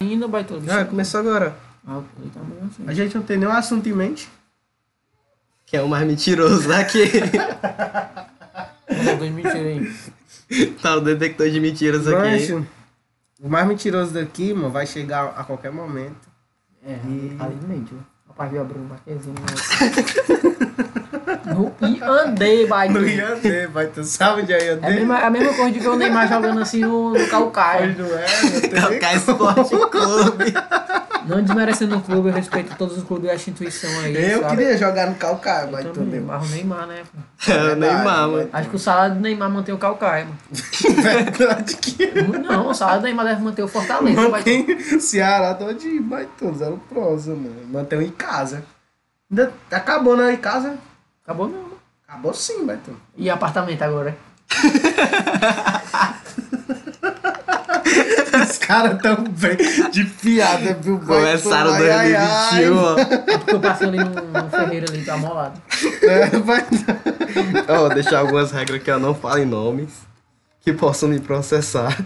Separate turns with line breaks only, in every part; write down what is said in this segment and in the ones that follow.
Ainda, baitola. deixa
Ah,
eu-
começou agora.
Ah, o play tá bom assim.
A gente não tem nenhum assunto em mente.
Que é o mais mentiroso daqui.
Não, dois mentira aí.
tá o detector de mentiras aqui. hein?
Lanche. assim, O mais mentiroso daqui, mano, vai chegar a qualquer momento.
É,
E-
ali no meio, tio. Rapaz, viu abriu um barquezinho. No e andei, baitola.
No Yandê, vai, tu sabe onde é
É a
Yandê?
mesma, é a mesma coisa de ver o Neymar jogando assim no, no
Pois
Caucaio.
não é, não tem nem
Calcar Esporte Clube.
Não desmerecendo o clube, eu respeito todos os clubes e as instituições aí.
Eu
sabe?
queria jogar no Calcaia, mas tu
também.
deu.
Mas o Neymar, né? pô?
É o Neymar,
né?
mano.
Acho que o salário do Neymar mantém o Calcaia, mano.
é Verdade que
Não, o salário do Neymar deve manter o Fortaleza. Mantém.
mantém Ceará todo de baitola, zero prosa, mano. Mantém em casa. Ainda acabou, né? Em casa?
Acabou não. mano.
Acabou sim, baitola.
E apartamento agora?
Os caras tão bem de piada, viu, baitola?
Começaram
Ai, ai, ai.
2021, ó.
É porque eu passei ali no, no Ferreira ali, tá molado.
É, baitola.
Eu vou deixar algumas regras que eu não falo em nomes. Que possam me processar.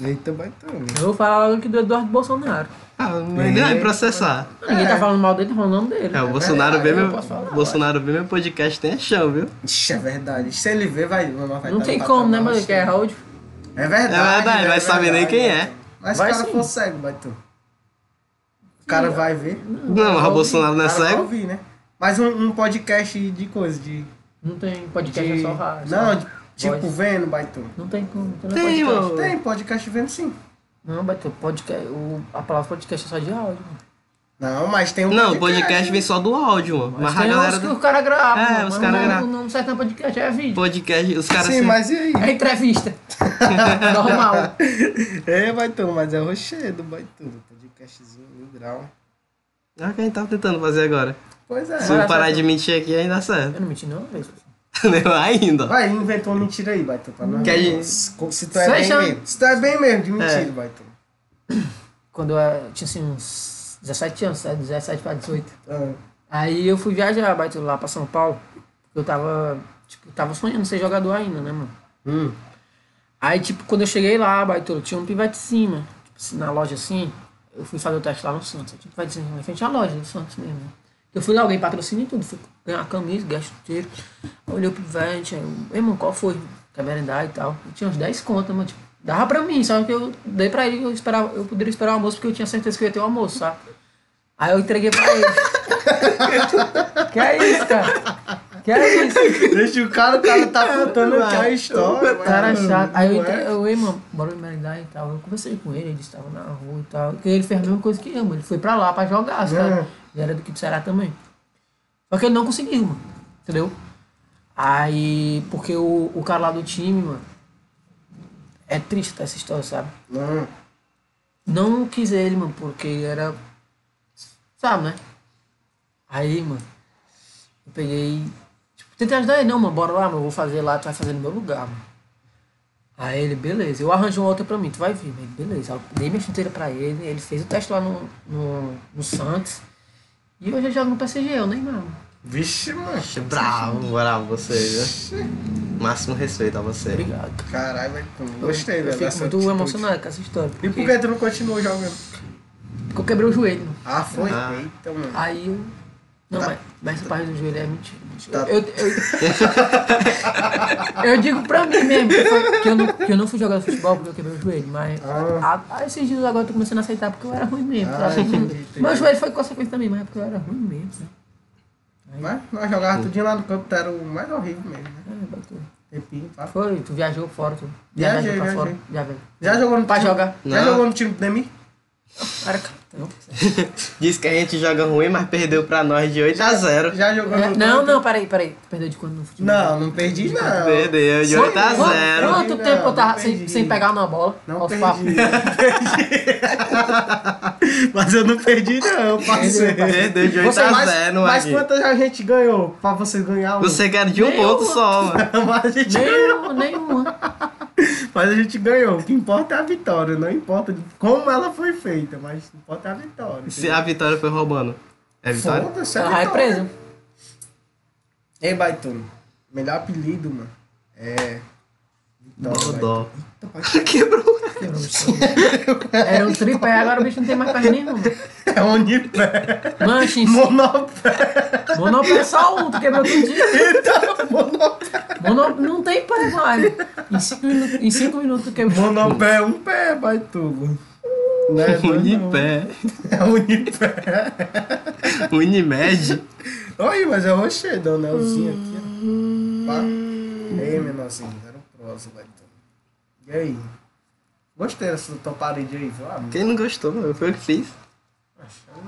Eita, baitola.
Eu vou falar logo aqui do Eduardo Bolsonaro.
Ah, ninguém vai me processar.
Ninguém tá falando mal dele, tá falando o nome dele.
É, o Bolsonaro vê
verdade, eu
meu,
posso falar,
Bolsonaro vê meu podcast tem a chão, viu?
Ixi, é verdade. Se ele ver, vai. vai matar
Não
tá
tem
ele pra
como, né,
tomar,
mano?
assim.
Que é road.
É verdade.
É verdade,
né?
vai saber nem quem é.
Mas
Vai
o cara
sim.
for cego, Baitu. O cara vai ver.
Não, mas o Bolsonaro não é
o cara Vai
cego.
ouvir, né? Mas um, um podcast de coisa, de.
Não tem podcast, é
de...
só rádio.
não,
só-
de- tipo
voz.
vendo, Baitu.
Não tem como. Não tem, podcast.
Tem, mano.
Tem podcast vendo sim.
Não, Beto, podcast, o, a palavra podcast é só de áudio. mano.
Não, mas tem um
Não, o podcast vem só do áudio, mano. Mas,
Mas
a
tem
galera
uns que
do
o cara grava.
É,
mano,
os
mas
cara
não-
grava.
Não, não serve pra podcast, é vídeo.
podcast, os caras
Sim,
se-
mas e aí?
É entrevista. Normal.
É, Baitu, mas é rochedo, Baitu. Podcastzinho, mil grau.
É o que a gente tava tentando fazer agora.
Pois
Se
é.
Sim.
eu
Vai,
parar
vai.
de mentir aqui, ainda certo.
Eu não menti não, velho.
Não, ainda. ó.
Vai, inventa uma mentira aí, Baitu. Pra nós.
Que a gente-
Se tu é
Seja-
bem mesmo. Se tu é bem mesmo, de mentira, Baitu.
Quando eu eh, tinha assim uns 17 anos, né, sabe, 17 para 18.
Ah.
Aí eu fui viajar, Beto, lá pra São Paulo. Porque eu tava, tipo, eu tava sonhando ser jogador ainda, né, mano?
Hum.
Aí, tipo, quando eu cheguei lá, Baitolo, tinha um pivete em cima. Tipo, assim, na loja assim, eu fui fazer o teste lá no Santos. Tinha um pivete em cima, na frente à loja do Santos mesmo. né? Eu fui lá, alguém patrocina e tudo. Fui ganhar a camisa, gasto inteiro. Aí Olhei o pivete, aí eu, "Ei, mano, qual foi? Quer merendar e tal. Eu tinha uns 10 contas, mano. Tipo, dava pra mim, sabe? Que eu dei pra ele, eu, esperava, eu poderia esperar o almoço, porque eu tinha certeza que eu ia ter o almoço, sabe? Aí eu entreguei pra ele. que é isso, cara? Que é isso?
Deixa o cara, o cara tá contando aqui a história.
O cara
mano.
chato. Aí eu
Não é?
entrei, eu, ei, mano, bora me merendar e tal. Eu conversei com ele, ele estava na rua e tal. Porque ele fez a mesma coisa que eu, mano. Ele foi pra lá pra jogar, sabe?
É.
Ele era do que do Ceará também. Só que ele não conseguiu, mano. Entendeu? Aí, porque o, o cara lá do time, mano, é triste tá, essa história, sabe?
Não.
Não quis ele, mano, porque era. Sabe, né? Aí, mano, eu peguei. Tipo, tentei ajudar ele, não, mano, bora lá, mano, eu vou fazer lá, tu vai fazer no meu lugar, mano. Aí ele, beleza, eu arranjo uma outra pra mim, tu vai vir, mano, beleza. Aí Eu dei minha chuteira pra ele, ele fez o teste lá no, no, no Santos. E hoje eu jogo no PSG, eu nem mano.
Vixe, mano.
Bravo, bravo você, viu? Máximo respeito a você.
Obrigado. cara.
Caralho, vai tu. Gostei,
eu,
velho.
Eu
dessa
fico muito
atitude.
emocionado com essa história.
E por que tu não continuou jogando?
Porque eu quebrei o joelho, mano.
Ah, foi?
Ah.
Eita, mano.
Aí eu. Não, mas, mas essa parte do joelho é mentira. mentira.
Tá.
Eu, eu- eu digo pra mim mesmo que, foi- que eu não, que eu não fui jogar futebol porque eu quebrei o joelho, mas
Ah.
a- a- esses dias agora eu tô começando a aceitar porque eu era ruim mesmo.
Ah,
sabe?
entendi, entendi.
Meu joelho foi consequência também, mas é porque eu era ruim mesmo. Né?
Mas Né? nós jogávamos tudinho lá no campo, tu era o mais horrível mesmo, né?
Ah, bateu.
Tempinho, papo.
Foi, tu viajou fora, tu
Viajei,
viajou pra
viajei.
fora. Já veio.
Já jogou no
Pra
time?
jogar.
Já
Não.
jogou no time do Demi?
Era capitão.
Tá
Diz que a gente joga ruim, mas perdeu pra nós de 8 a 0.
Já jogou
É,
no
não, não, peraí, peraí. Tu Perdeu de quando no futebol?
tá Não, não perdi, não.
Perdeu de
Só
8 a
eu.
Quanto,
0.
quanto
Não,
tempo eu tava
não
sem,
perdi.
sem pegar uma bola?
Não
Aos
perdi.
papos.
Mas eu não perdi, não, parceiro.
Perdeu de 8
Você,
a
mas,
0,
mas
Magui.
quantas a gente ganhou pra você ganhar um?
Você quer de um
Nenhuma.
ponto só, mano.
Mas a gente
Nenhuma, nenhuma.
Mas a gente ganhou. O que importa é a vitória. Não importa como ela foi feita, mas o que importa é a vitória.
Se a vitória foi roubando. É vitória?
Foda-se, é
Ela vai
vitória.
presa.
Ei, Baitono. Melhor apelido, mano. É. Vitória.
Dodó.
Baitono.
Quebrou.
Que bicho. Era um tripé, agora o bicho não tem mais perna nenhuma.
É onipé.
Mancha em cima.
Monopé.
Monopé só um, tu quebrou todo dia.
Então, monopé.
Monopé não tem pé mais. Em cinco, minu- em cinco minutos tu quebrou.
Monopé é um pé, baitugo. Não é dois, não.
Unipé.
É unipé.
Unimed.
Olha, mas é rochedão, né? Ozinho aqui, ó.
Uhum.
Pá. E aí, menorzinho, era um prosa, baitugo. E aí? Gostei dessa tua parede aí, viu? Ah,
Quem não gostou, mano? Foi eu que fiz.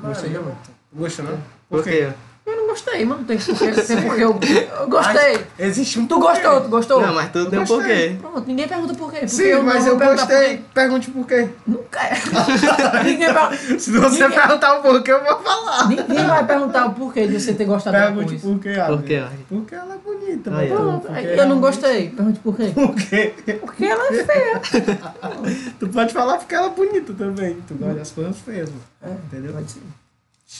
Gostei,
Maria,
não.
baitugo. Gostou, né? não?
Por quê?
Eu não gostei, mano. Tem que ser porque eu, eu gostei.
Mas Existe um
Tu
porquê.
gostou, tu gostou?
Não, mas tudo tem um
gostei.
porquê.
Pronto, ninguém pergunta por quê. porque
Sim, mas
não vou
eu
perguntar por
gostei.
quê.
Pergunte por quê.
Nunca é. ninguém, per-
Se você
Ninguém-
perguntar o porquê, eu vou falar.
ninguém vai perguntar o porquê de você ter gostado da
Pergunte
coisa.
por quê, Abner.
Por quê, Abner?
Porque ela é bonita,
Aí,
mano.
Pronto,
Porque
eu não
realmente-
gostei. Pergunte por quê.
Por quê?
Porque ela é feia.
Tu pode falar porque ela é bonita também. Tu gosta das coisas feias, mano. Entendeu?
É, Pode ser.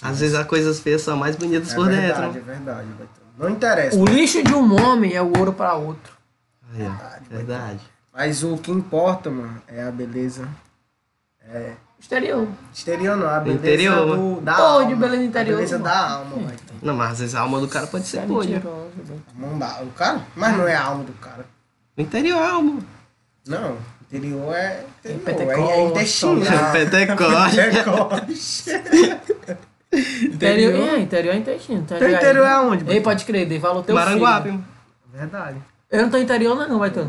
Às vezes as coisas feias são mais bonitas
É
por
verdade,
dentro.
é verdade. vai ter- Não interessa.
O lixo de um homem é o ouro para outro.
é
Aí, ó. Verdade.
Mas o que importa, mano, é a beleza.
Exterior.
Exterior não, a beleza
Interior,
do, da
Ou de
alma.
beleza interior,
A beleza
mano.
da alma, vai ter.
Não, mas às vezes a alma do cara pode
Você é
ser né? podre.
mentiroso, velho.
Não dá. O cara? Mas não é a alma do cara.
O interior é a alma.
Não, interior é. Interior,
Pentecoste,
é, é intestino. Ah,
É Pentecoste.
Pentecoste.
Interior,
Interior.
é, interior é intestino.
Teu interior é aonde,
Ei, pode crer, dei valor teu
Maranguape.
fígado.
mano.
Verdade.
Eu não tô interior não, vai ter.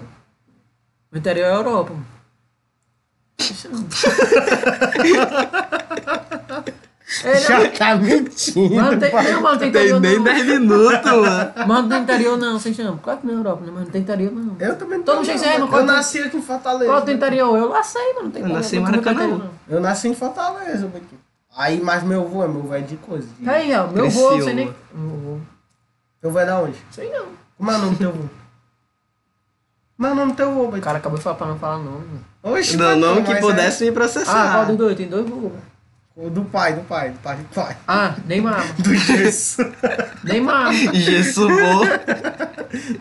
O interior é a Europa. mano. Isso não. Ele
Já tá mentindo.
é... Mano, não tem... Não, mano, não tem
Tem
interior
nem
não.
10 minutos, mano.
Mano, não tem interior não, sem chama. Claro que não é Europa, né? mas não tem interior não.
Eu também não
Todo
tô,
mundo
não,
chega,
mano.
mas qual
Eu
tem-
nasci aqui em Fortaleza. né?
Qual tem interior? Eu lá sei, mano. Não tem
Eu nasci em
não tem
Maracanã.
interior, não.
Eu nasci em Fortaleza, Bequim. Aí, mas meu avô é meu avô é de coisa. de-
Tá aí, ó. Meu avô, não sei
Criciúma.
nem... Meu avô.
Teu avô é da onde?
Sei não.
Como é o nome do teu avô? Como é o nome do teu avô,
O
Bequim?
cara acabou de falar pra não falar nome. mano.
Oxe,
Não,
Bequim,
não que
mas
pudesse me
Ah, qual
processar.
dos dois? Tem dois voo.
É... O Do pai, do pai, do pai, do pai.
Ah, Neymar. mano.
Do gesso.
Neymar. mano.
Jesus vou.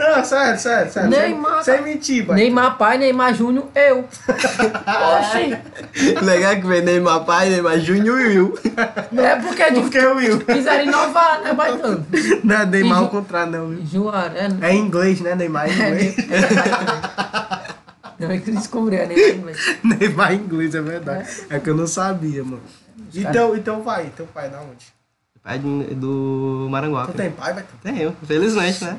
não, sério, sério, sério.
Neymar.
Sem, sem mentir, Bequim.
Neymar pai, Neymar Júnior, eu. Oxi.
Legal que vem Neymar Pai, Neymar Júnior e Will.
É porque é de...
Porque eu Will.
quiseram inovar, né, baitando?
Não é Neymar
E
ao
Ju-
contrário, não, Will.
Juara, é...
É em inglês, né? Neymar em inglês.
Não é que eles descobriram, né? em inglês.
Neymar em inglês, é verdade. É que eu não sabia, mano. Então, então vai, teu pai da onde?
Pai de- do
Tu
Maranguape.
tem pai, vai?
Tenho, infelizmente, né?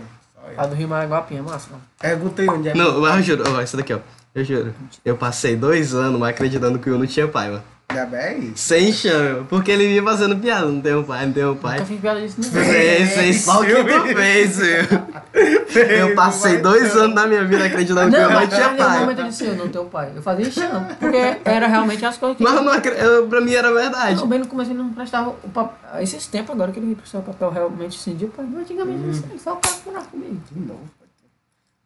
A do Rio Maraguapi é massa, mano.
Perguntei onde é.
Não, mas eu juro, ó, isso daqui, ó. Eu juro. Eu passei dois anos mas acreditando que o Will não tinha pai, mano.
Ainda bem.
Sem chame, porque ele vinha fazendo piada. Não tem um pai, não tem um pai.
Nunca fiz piada disso, não.
Fez, fez. Só o que tu fez, Will. Eu passei dois anos da minha vida acreditando que o
Não,
Will não
mas
tinha
em algum
pai.
momento eu disse, eu não tenho pai. Eu fazia chão, porque era realmente as coisas que...
Mas eu não acre- eu- pra mim era verdade.
Não, bem no começo ele não prestava o papel. Esses tempos agora que ele prestou o papel realmente cindia o pai. Mas antigamente
Hum.
não sei, só o cara furar comigo.
De novo.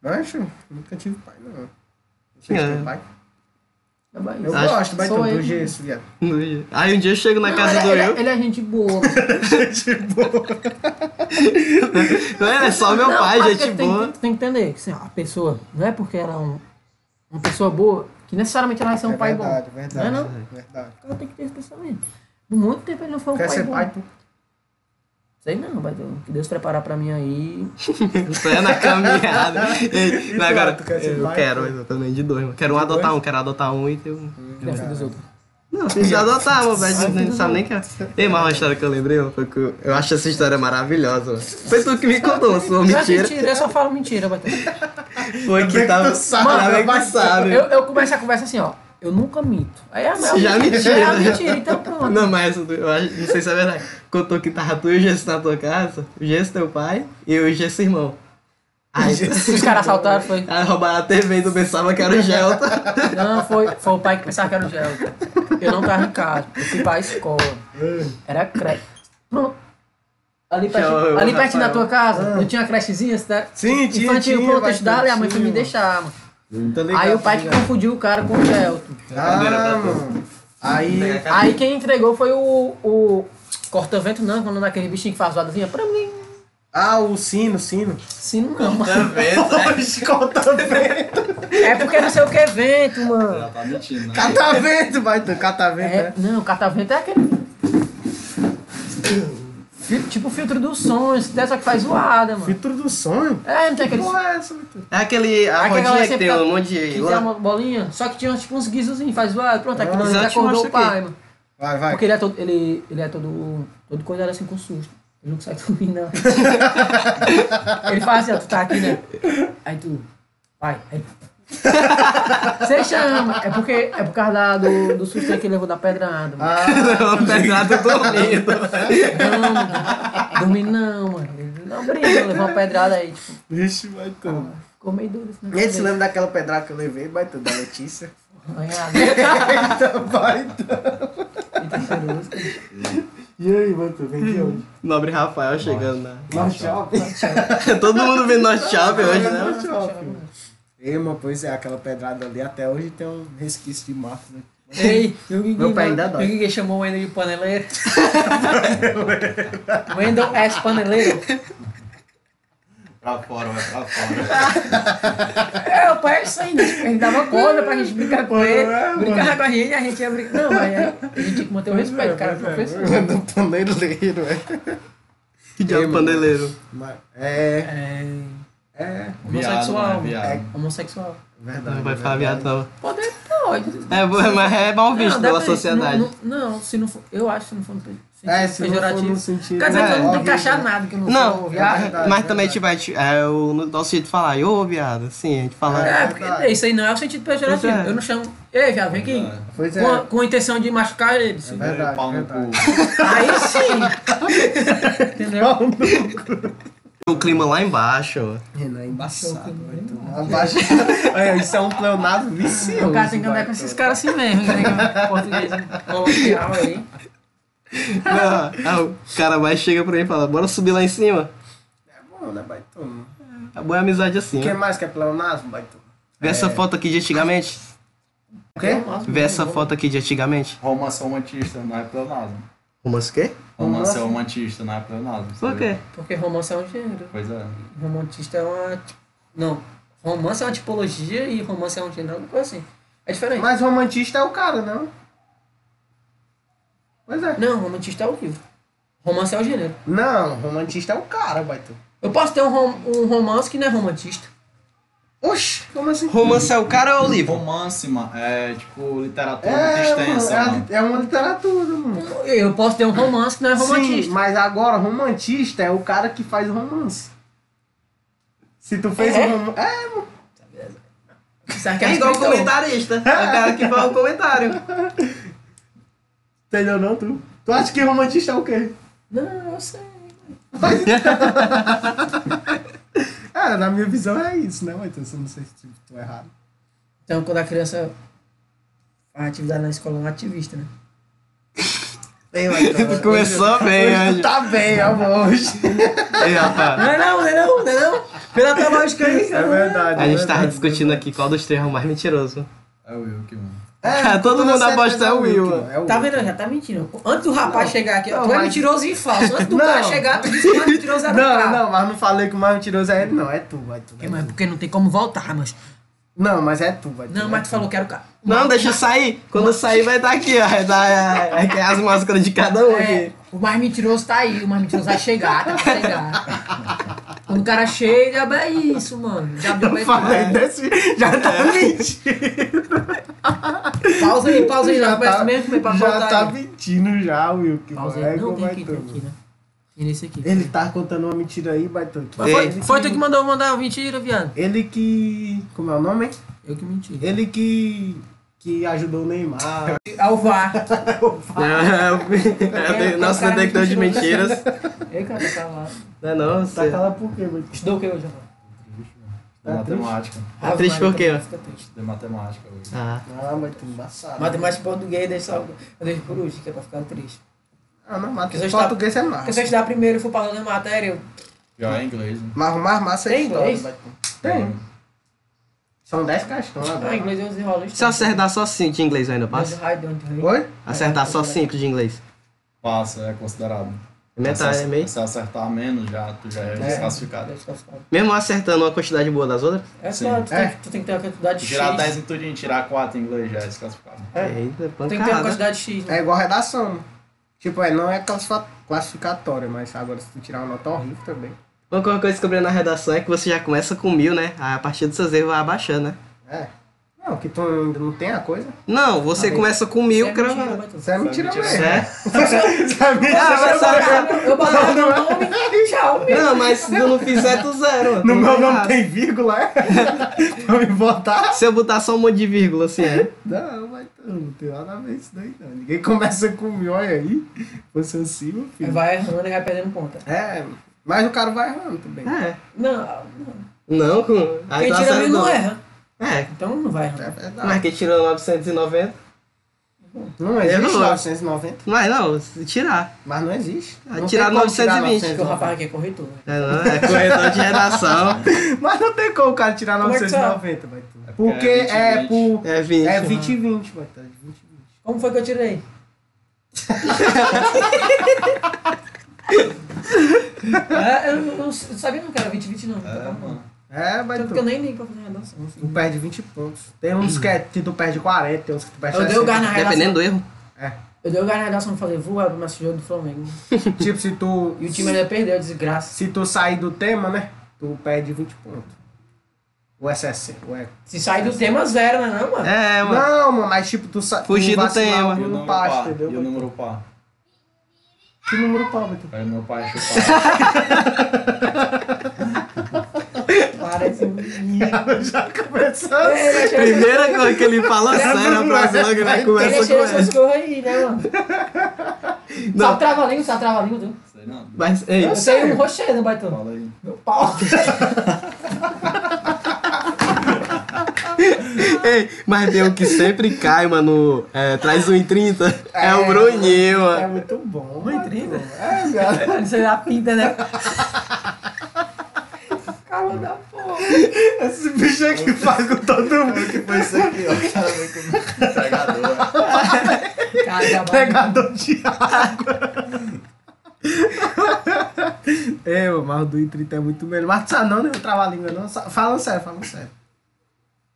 Mas eu nunca tive pai, não. Vocês
Tinha.
têm pai?
Na Bahia.
Eu
É. Acho-
gosto, mas
É sou
tu
eu.
do gesso, viado.
Aí um dia eu chego na
Não,
casa
ele,
do
ele,
Will.
ele é gente boa.
Não é só meu
Não,
pai,
mas
gente
tem- tem-
boa.
Tem, que entender que assim, a pessoa não é porque era um, uma pessoa boa que necessariamente ela vai ser um
é
pai
verdade,
bom.
verdade.
Não é não?
Verdade.
O cara tem que ter esse pensamento. Por muito tempo ele não foi um
Quer
pai
ser
bom.
pai, tu?
Sei não, vai ter- que Deus preparar pra mim aí.
Isso é na caminhada. Ei,
E
não,
tu,
agora,
tu quer ser
eu
pai?
quero, exatamente, de dois. mano. Quero um adotar um, quero adotar um e ter um.
Já fiz os assim outros.
Não, vocês já adotavam, velho. Vocês não sabem nem que é. Ei, mas uma história que eu lembrei, mano, foi que eu, eu acho essa história maravilhosa. mano. Foi tu que me contou, sua
Não é
mentira.
mentira, eu só falo mentira, Batata.
Foi que tava.
tu sabe,
Mano,
né,
bem que
mas-
sabe.
Eu, eu começo a conversa assim, ó. Eu nunca minto. Aí é a
Você já mentiu,
É a
né?
mentira, então pronto.
Não, mas eu eu acho, não sei se é verdade. Contou que tava tu e o Gesso na tua casa, o Gesso teu pai e eu e o Gesso irmão. Aí,
Os caras assaltaram, foi.
aí roubaram a TV e tu pensava que era o Gelta.
Não, foi, foi o pai que pensava que era o gel. Eu não tava em casa, eu fui pra escola. Era creche. Pronto. Ali pertinho,
Tchau,
ali pertinho da tua
Rafael.
casa, não tinha crechezinha, tá?
Sim, Ah. tinha,
Infantil,
tinha,
pronto, eu
vai,
estudava e a mãe foi me
tinha.
deixar, mano.
Tô ligado,
Aí o pai
tô
que
ligado.
confundiu o cara com o Gelton.
Ah, mano. Aí.
Aí quem entregou foi o, o corta-vento, não, quando naquele bichinho que é faz zoadazinha. Pra mim,
Ah, o sino, sino.
sim, não, mano.
Tá vendo?
Escolta vento.
É porque não sei o que é vento, mano.
Ela tá mentindo, né?
É
um.
Catavento, baitão, catavento,
É,
né?
não, catavento é aquele. Fil- Tipo o filtro dos sons, até só que faz zoada, mano.
Filtro do sonho?
É, não tem aquele.
Porra, é essa, Vitor?
É aquele. A
Aquela
rodinha que
sempre
tem
tá-
um monte
Que
de.
tem uma bolinha, só que tinha tipo uns guizozinhos, faz zoada. Pronto, aqui nós
Mas ela te
acordou
Ah. mostra
o
aqui.
pai, mano.
Vai, vai.
Porque ele é todo. Ele, ele é todo. Todo coisa assim com susto. Ele não sai dormindo, não. ele faz assim, ó, tu tá aqui, né? Aí tu. Vai, aí. Você chama. É porque é por causa da- do, do susto que ele levou da pedrada, mano.
Não, pesado dormindo.
Não, mano. Dormi não, mano. Ele Não brinca, levou uma pedrada aí, tipo,
Vixe, Baitão.
ficou meio duro assim.
E aí, tu se lembra daquela pedrada que eu levei, Baitão, da Letícia? Eita, Baitão. E aí, Baitão, vem de onde?
Nobre Rafael chegando na.
Norte Shopping?
Todo mundo vendo Norte Chave hoje, né?
Ei, mano, pois é, aquela pedrada ali até hoje tem um resquício de marca. Né?
Ei, e o Guigui,
Meu pé ainda
mano,
dói.
e O Guigui chamou o Wendel de paneleiro. Wendel é paneleiro.
Pra fora, vai pra fora.
É, o pai é isso aí, tipo, ele dava conta pra gente brincar com ele. Brincava com a gente, a gente ia brincar. Não, mas é, a gente tinha que manter o respeito, o cara é professor.
Mano, paneleiro, é.
Que diabo paneleiro.
Mas, É,
É
é,
Viado,
homossexual. é,
mano, viado.
homossexual.
verdade.
Não vai falar viado, não.
Poder pode.
É, bo- mas é mal visto pela
depende,
sociedade.
Não, não, não, se não for. Eu acho que se não for no sentido
É, se não né? for
pejorativo.
no sentido...
Quer dizer que eu não
É,
tenho que achar nada que eu não
Não,
sou
viado.
viado.
verdade,
mas também,
verdade.
tipo, a gente- é o no nosso jeito de falar, ô viado, assim, a gente fala.
É,
É,
porque
verdade.
isso aí não é o sentido pejorativo.
Pois é.
Eu não chamo. Ei, viado, vem aqui.
Pois é,
Com, a, com a intenção de machucar ele. sim.
verdade,
Pau no
verdade.
cu.
Aí sim. Entendeu?
O clima lá embaixo.
Renan, é
Achou que
embaçado,
não
vai tomar. Abaixa. É, isso é um pleonado vicioso.
né? O cara tem que andar com
vai
esses
tomar.
caras assim mesmo, né? que é Português né? coloquial aí.
Não, aí Ah, o cara vai, chega pra mim e fala, bora subir lá em cima.
É bom, né, Baitão?
A boa amizade é assim.
O que
né?
mais que é pleonasmo, Baitão?
Vê
É.
essa foto aqui de antigamente.
É
O quê?
Vê essa foto aqui de antigamente.
Romance romantista não é pleonasmo.
Romance o quê?
Romance romantista não é pleonasmo.
Por quê?
Porque romance é um gênero.
Pois é.
Romantista é uma. ti- Não. Romance é uma tipologia e romance é um gênero, alguma coisa assim. É diferente.
Mas romantista é o cara, não? Pois é.
Não, romantista é o livro. Romance é o gênero.
Não, romantista é o cara, Baitão.
Eu posso ter um, rom- um romance que não é romantista.
Oxi, como assim?
Romance é o cara ou o livro?
Romance, mano, é tipo literatura muito
É, mano,
extensa,
é,
mano.
a- é uma literatura, mano.
Eu posso ter um romance que não é romantista.
Sim, mas agora, romantista é o cara que faz romance. Se tu fez
É?
um romance. É, mano.
Será que
É
ela
igual o
explicou?
comentarista. É o cara que fala o comentário.
Entendeu não, tu? Tu acha que romantista é o quê?
Não, eu sei.
É, na minha visão é isso, né, Matheus? Eu não sei se tô errado.
Então, quando a criança faz atividade na escola, é um ativista, né?
Bem, Matheus.
Começou bem,
Hoje tu
Anjo.
tá bem, amor. Hoje.
Ei, rapaz.
Não é não, não é não, não é não. Pela tua lógica aí,
É
cara.
verdade.
A gente
é
tava
verdade.
discutindo aqui qual dos três é o mais mentiroso.
É o Wilk, mano.
É,
Todo
com toda
mundo aposta
certeza
é o Will.
mano. É o
Tá vendo? Já tá mentindo. Antes do rapaz chegar aqui, ó,
Não,
tu é
mas-
mentiroso e falso. Antes do
Não.
cara chegar, tu disse que é mentiroso era
Não,
cara.
não, mas não falei que o mais mentiroso é ele, não. É tu, vai tu. vai
É, mas
tu.
porque não tem como voltar, mas...
Não, mas é tu, vai tu.
Não,
vai
mas tu falou que era o cara.
Não, deixa eu sair. Quando eu sair vai estar aqui, ó. Vai tá, é, é, as máscaras de cada um
É,
aqui.
o mais mentiroso tá aí, o mais mentiroso vai chegar, tá pra chegar. Quando o cara chega, é isso, mano. Já deu
Eu falei desse. Já tá mentindo.
Pausa aí, pausa aí, já, É
Já
começa
tá-
mesmo pra
Já
voltar
tá
aí.
mentindo já, Will. Que
Pausa
vai,
aí. Não, tem
vai
aqui,
tu,
tem aqui,
mano.
né? Tem nesse aqui.
Ele tá contando uma mentira aí, Baitão. que-
Mas foi,
Ei.
foi tu que mandou mandar uma mentira, viado.
Ele que. Como é o nome, hein?
Eu que menti.
Ele que. Que ajudou o Neymar.
É o VAR.
É, é, Nosso
cara
detector de
mentiroso.
mentiras.
Ei, cara, tá lá.
Não é não,
Tá
você...
calado por quê, Baitão?
Estudou o que hoje, mano?
De matemática.
Tá triste por quê?
Fica triste.
De matemática, Will.
Ah,
Ah, Baitão, embaçado.
Matemática e português, deixa eu deixo por último, que é pra ficar triste.
Ah, não,
Porque
Matheus.
você está-
Português é
Porque se eu
massa.
estudar primeiro e for passando em matéria, eu...
Já é inglês, né?
Mas o mais massa é
Tem
história,
inglês?
Baitão. Tem. São 10 questões
Ah,
agora.
inglês eu desenrolo.
se eu acertar só cinco de inglês eu ainda
Mas
passa?
raio de onde vem.
Oi?
Acertar só cinco de inglês.
Passa, é considerado.
Metade, é meio.
Se acertar menos, já, tu já é desclassificado.
Desclassificado.
Mesmo acertando uma quantidade boa das outras.
É
Sim.
claro, tu,
É.
Tem, tu tem que ter uma quantidade X.
Tirar 10 em tudinho, tirar 4 em inglês já é desclassificado.
É.
Eita,
Tem que ter uma
pancada.
quantidade X. né?
É igual redação. né? Tipo, é, não é classifa- classificatória, mas agora se tu tirar uma nota horrível também.
Uma coisa que eu descobri na redação é que você já começa com mil, né? Aí a partir dos seus erros vai abaixando, né?
É. Não, que tu ainda não tem a coisa.
Não, você começa com mil,
É
cara.
mentira, Baitola.
Isso é mentira
mentira.
mesmo.
Certo?
Isso é mentira.
Ah, mas sabe-
Eu botava meu nome, tchau, meu.
Não, mas se tu não fizer, tu zero. tu
No meu
tá
nome
errado.
tem vírgula, é? pra me botar?
Se eu botar só um monte de vírgula, assim, é.
Não, mas não tem nada a ver isso daí, não. Ninguém começa com o olha aí. Você assim, meu
Aí
filho.
Vai errando e vai perdendo ponta.
É, mas o cara vai errando também.
É.
Não, não.
Não, com. Aí tá
quem
tu
tira
acerta
mil não
nove.
erra.
É.
Então não vai errar.
É verdade.
Mas quem tirou 990?
Não existe
Errou.
990,
Mas não, se tirar.
mas não existe.
Ah,
Não
tirar
tem como tirar
920,
Porque o rapaz aqui é corretor. né?
É, não, é corredor de redação.
Mas não tem como o cara tirar
Como é que tá?
990, vai tu.
É porque
Porque
é
é
20,
por.
É 20.
É 20 e 20, vai tá, 20 e 20.
Como foi que eu tirei? É, eu não, não sabia não que era 20 20 não. Tá
É, mano.
É, vai
Tanto que eu
tu.
nem ligo pra fazer redação.
Tu perde 20 pontos. Tem uns que, é, que tu perde 40, tem uns que assim, tu perde
Eu dei o gás na
Dependendo
redação.
do erro.
Eu dei o gás na redação e falei, vou abrir meu jogo do Flamengo.
Tipo, se tu.
E o time ainda perdeu, desgraça.
Se tu sair do tema, né? Tu perde 20 pontos. Ou é 60, ou é...
Se sair do tema, zero, não é não, mano?
É, mano.
Não, mano, mas tipo, tu sai...
Fugir do tema.
E
Não
o número
Tá passa,
par?
entendeu?
E o número par?
Que número pau, Beto?
Aí o meu pai é chupar.
Parece um menino.
Já começou. assim.
Ele achou-
Primeira coisa que ele fala sério, a frase logo né,
ele
começa
achou
com
essas
essa.
coisas aí, né, mano? Só
Não.
trava-língua, só trava-língua. viu?
Sei não.
Mas, ei,
Eu sei um rochedo, baitão.
Fala aí.
Meu pau.
ei, mas deu que sempre cai, mano, é, traz um 30, é, o Bruninho,
É
mano.
muito bom,
Uma
muito
intriga.
bom. É, cara.
Isso é a pinta, né? Calma da porra.
Esse bicho é que faz com todo mundo.
que foi isso aqui, ó? Cara, vem comigo. Entregador.
Cara, já vai.
Pegador de água. é, mano, mas o do I30 é muito melhor. Mas sabe não, né? Eu trava a língua, não. Sa- Falando sério, falando sério.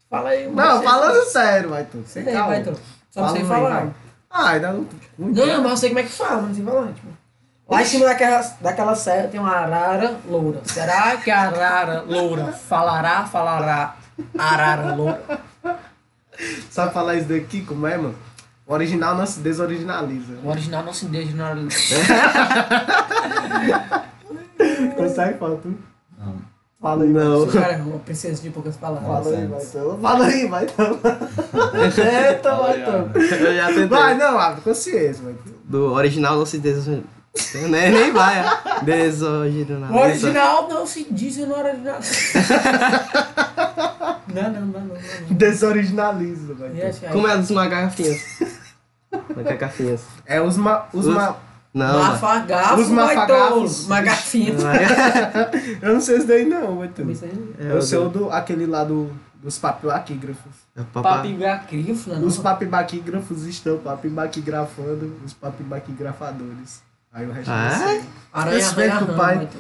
Fala aí. um
Não,
rochedo.
falando sério, vai tu.
Sei
Sem
lá,
calma.
vai, então. Só não
Fala
sei
aí,
falar.
vai. Ah, ainda não...
Não, mas eu sei como é que fala, não sei falar. Tipo. Lá em cima daquela, daquela serra tem uma arara loura. Será que a arara loura falará, falará arara loura?
Sabe falar isso daqui, como é, mano? O original não se desoriginaliza.
O original não se deixa na arara
Consegue falar tudo?
Não.
Fala aí,
Não.
Esse cara é uma princesa de poucas palavras.
Fala aí, vai então. Fala aí, vai então.
É,
Eita,
tá
Fala
vai
aí,
então.
ó.
Eu já tentei.
Vai, não, abre consciência, vai então.
Do original não se deso... nem, nem vai, é. Desoriginal.
O original não se diz na original. não, não, não, não, não.
Desoriginaliza, vai
E
então.
esse aí?
Como é a dos magarfinhas? Magarfinhas.
É, os ma... Os
Os-
ma...
Não, mano.
Mafagafo,
é? Os
vai
mafagafos.
tolos. Magafinha.
Eu não sei isso daí não, vai então.
Isso aí.
É,
Eu sei o do... Aquele lá do... Dos papibaquígrafos.
é o papá.
Papibacrifo, Ah, não.
Ah. Os papibaquígrafos estão papibaquigrafando os papibaquigrafadores. Aí o resto
Ah,
eu sei.
Aranha,
Respeito,
aranha, arranha,
pai.
vai tu.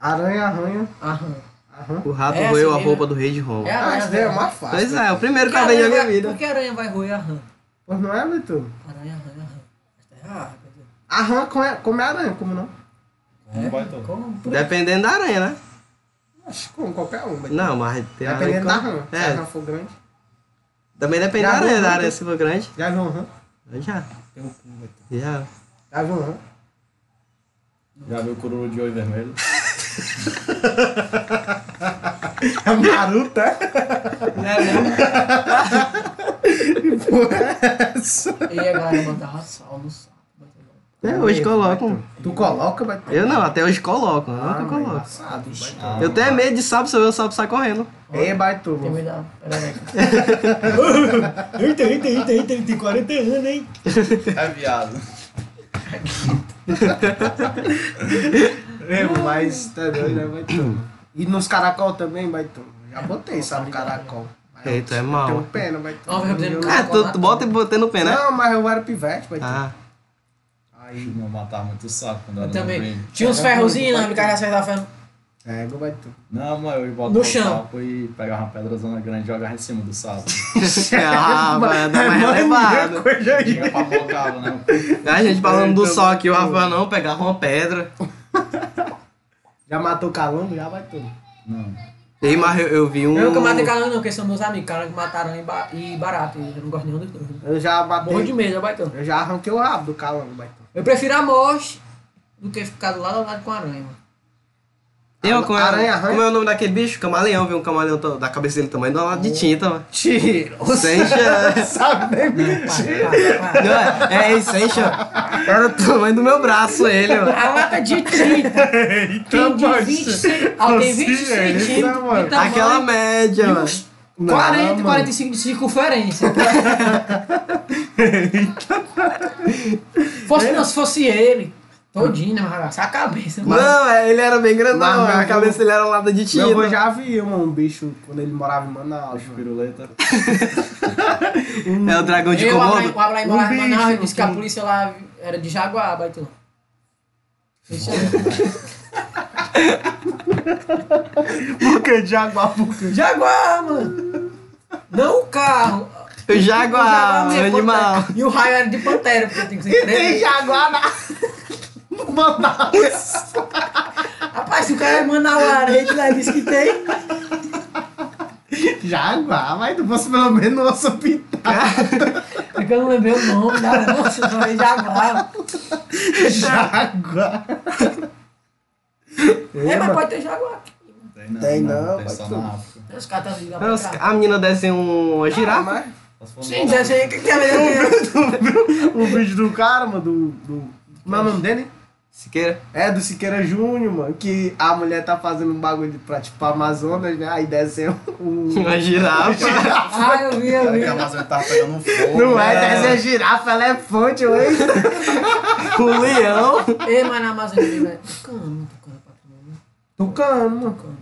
Aranha, arranha,
Arranha.
arranha.
O rato
É
roeu
assim
a
mesmo.
roupa do rei de Roma.
É
Ah,
aranha,
isso daí é
arranha.
mais fácil.
Pois
né?
é, o primeiro
Por que
que eu aprendi na
aranha
minha
vai-
vida.
Por que aranha vai roer a rã?
Pois não é, Beto?
Aranha, aranha, rã. Tá errado, quer dizer.
A rã come, come aranha, como não?
Não vai todo.
Como? Por-
Dependendo da aranha, né?
Acho que como qualquer um, Beto.
Não, mas tem aranha.
Dependendo da
com-
rã. Se a rã
É,
for grande.
também depende da
Já
aranha.
viu
Da
rã,
aranha
tu?
se for grande.
Já viu um rã?
eu Já.
Tem um cu, Beto.
Já.
Já viu um rã?
Já viu o cururu de olho vermelho?
É um Naruto, é? Que porra é essa?
E a galera mandava sal no sapo. mas tá bom.
Até hoje colocam.
Tu coloca, Beto?
Eu não, até hoje colocam. Eu
Ah,
nunca
mas tá
coloco.
embaçado, Beto.
Ah,
Eu tenho medo de sapo, se eu ver o sapo sai correndo.
Ei, Beto.
Tem medo da perereca. Eita, eita, eita, eita, ele tem 40 anos, hein?
É viado.
É, mas tá doido, né, Beto? E nos caracol também, Beto? Já botei, sabe, caracol. Mas eu
Eita, é né?
Tenho um
mal.
pena, Beto.
Ah,
Ó, vai botando
Eu-
caracol.
É, tu, tu bota e botei no pé, né?
Não, mas eu era pivete, Beto.
Ah,
Aí,
Não matava muito o saco quando eu era
Também.
novinho.
Tinha uns ferrozinhos lá, ficava acertava ferro.
pega o baito.
Não, mas eu botava
No
o
chão.
sapo e pegava uma pedrazona grande e jogava em cima do sapo.
ah, vai dar
é
mais relevado.
Tinha papocava, né?
A gente falando do sol aqui, o Rafael não pegava uma pedra.
Já matou o calango? Já baitou.
Não.
Ei, mas eu, eu vi um.
Eu nunca matei calango, não, porque são meus amigos. Calango mataram e, ba e barato. E eu não gosto nenhum dos dois.
Eu já
Morro de
matei.
medo, é baitão.
Eu já arranquei o rabo do calango, baito.
Eu prefiro a morte do que ficar do lado a lado com a aranha, mano.
Tem uma- como, é-
Aranha, aranha.
como é o nome daquele bicho? Camaleão, viu? Um camaleão to- da cabeça dele tamanho, do lado de tinta, mano.
Tiro.
Sem chance.
Sabe nem
Para, para, para.
Não, é, é isso, sem chance. Era o tamanho do meu braço ele, mano.
A lata de tinta tem de 20 centímetros. Alguém 20
Assim é isso, né,
centímetros. de
mano?
tamanho,
Aquela média, mano.
40, 45 de circunferência.
É.
fosse, não, se fosse ele, todinho, né, mas a cabeça.
Não, é, ele era bem grandão,
Mas,
mano.
meu
a cabeça
vô-
dele era um lado de tinta.
Meu avô já viu mano, um bicho quando ele morava em Manaus. mano.
Piruleta.
É o dragão de Um
Eu,
Komodo.
Abraim- o Abraim morava em
bicho
Manaus, ele disse que a
que-
polícia lá era de Jaguar, baitão. Isso aí.
Boca de jaguar, boca de
Jaguar, mano. Não o carro.
O
O
jaguar, o
mesmo,
animal.
pantera. E o raio era de pantera, porque tem que ser
Tem
preto.
jaguar na... no Manaus.
Rapaz, se o cara é manauara, ele lá disse que tem.
Jaguar, mas não fosse pelo menos nossa pintada.
É que eu não lembrei o nome da nossa, eu falei Jaguar.
Jaguar.
É, mas pode ter Jaguar aqui.
Tem não.
Tem não,
Tem
mas
só
tudo.
na África.
Os caras estão ligando
Os-
pra cá.
A menina desce um uma girafa.
Só se for
Sim,
no-
já sei o que que é melhor.
O vídeo do cara, mano, do... do... Como é o nome dele?
Siqueira.
É, do Siqueira Júnior, mano, que a mulher tá fazendo um bagulho de- pra, tipo, Amazonas, né? Aí desceu um...
Uma girafa.
Ah, eu vi, eu vi.
Aqui a Amazônia tava pegando um fogo.
Não
né?
é, desceu girafa, elefante, ué.
um leão.
Ei, mas na Amazônia tem velho. Tucano, tucano, patrimônio.
Tucano, mano.
Tucano,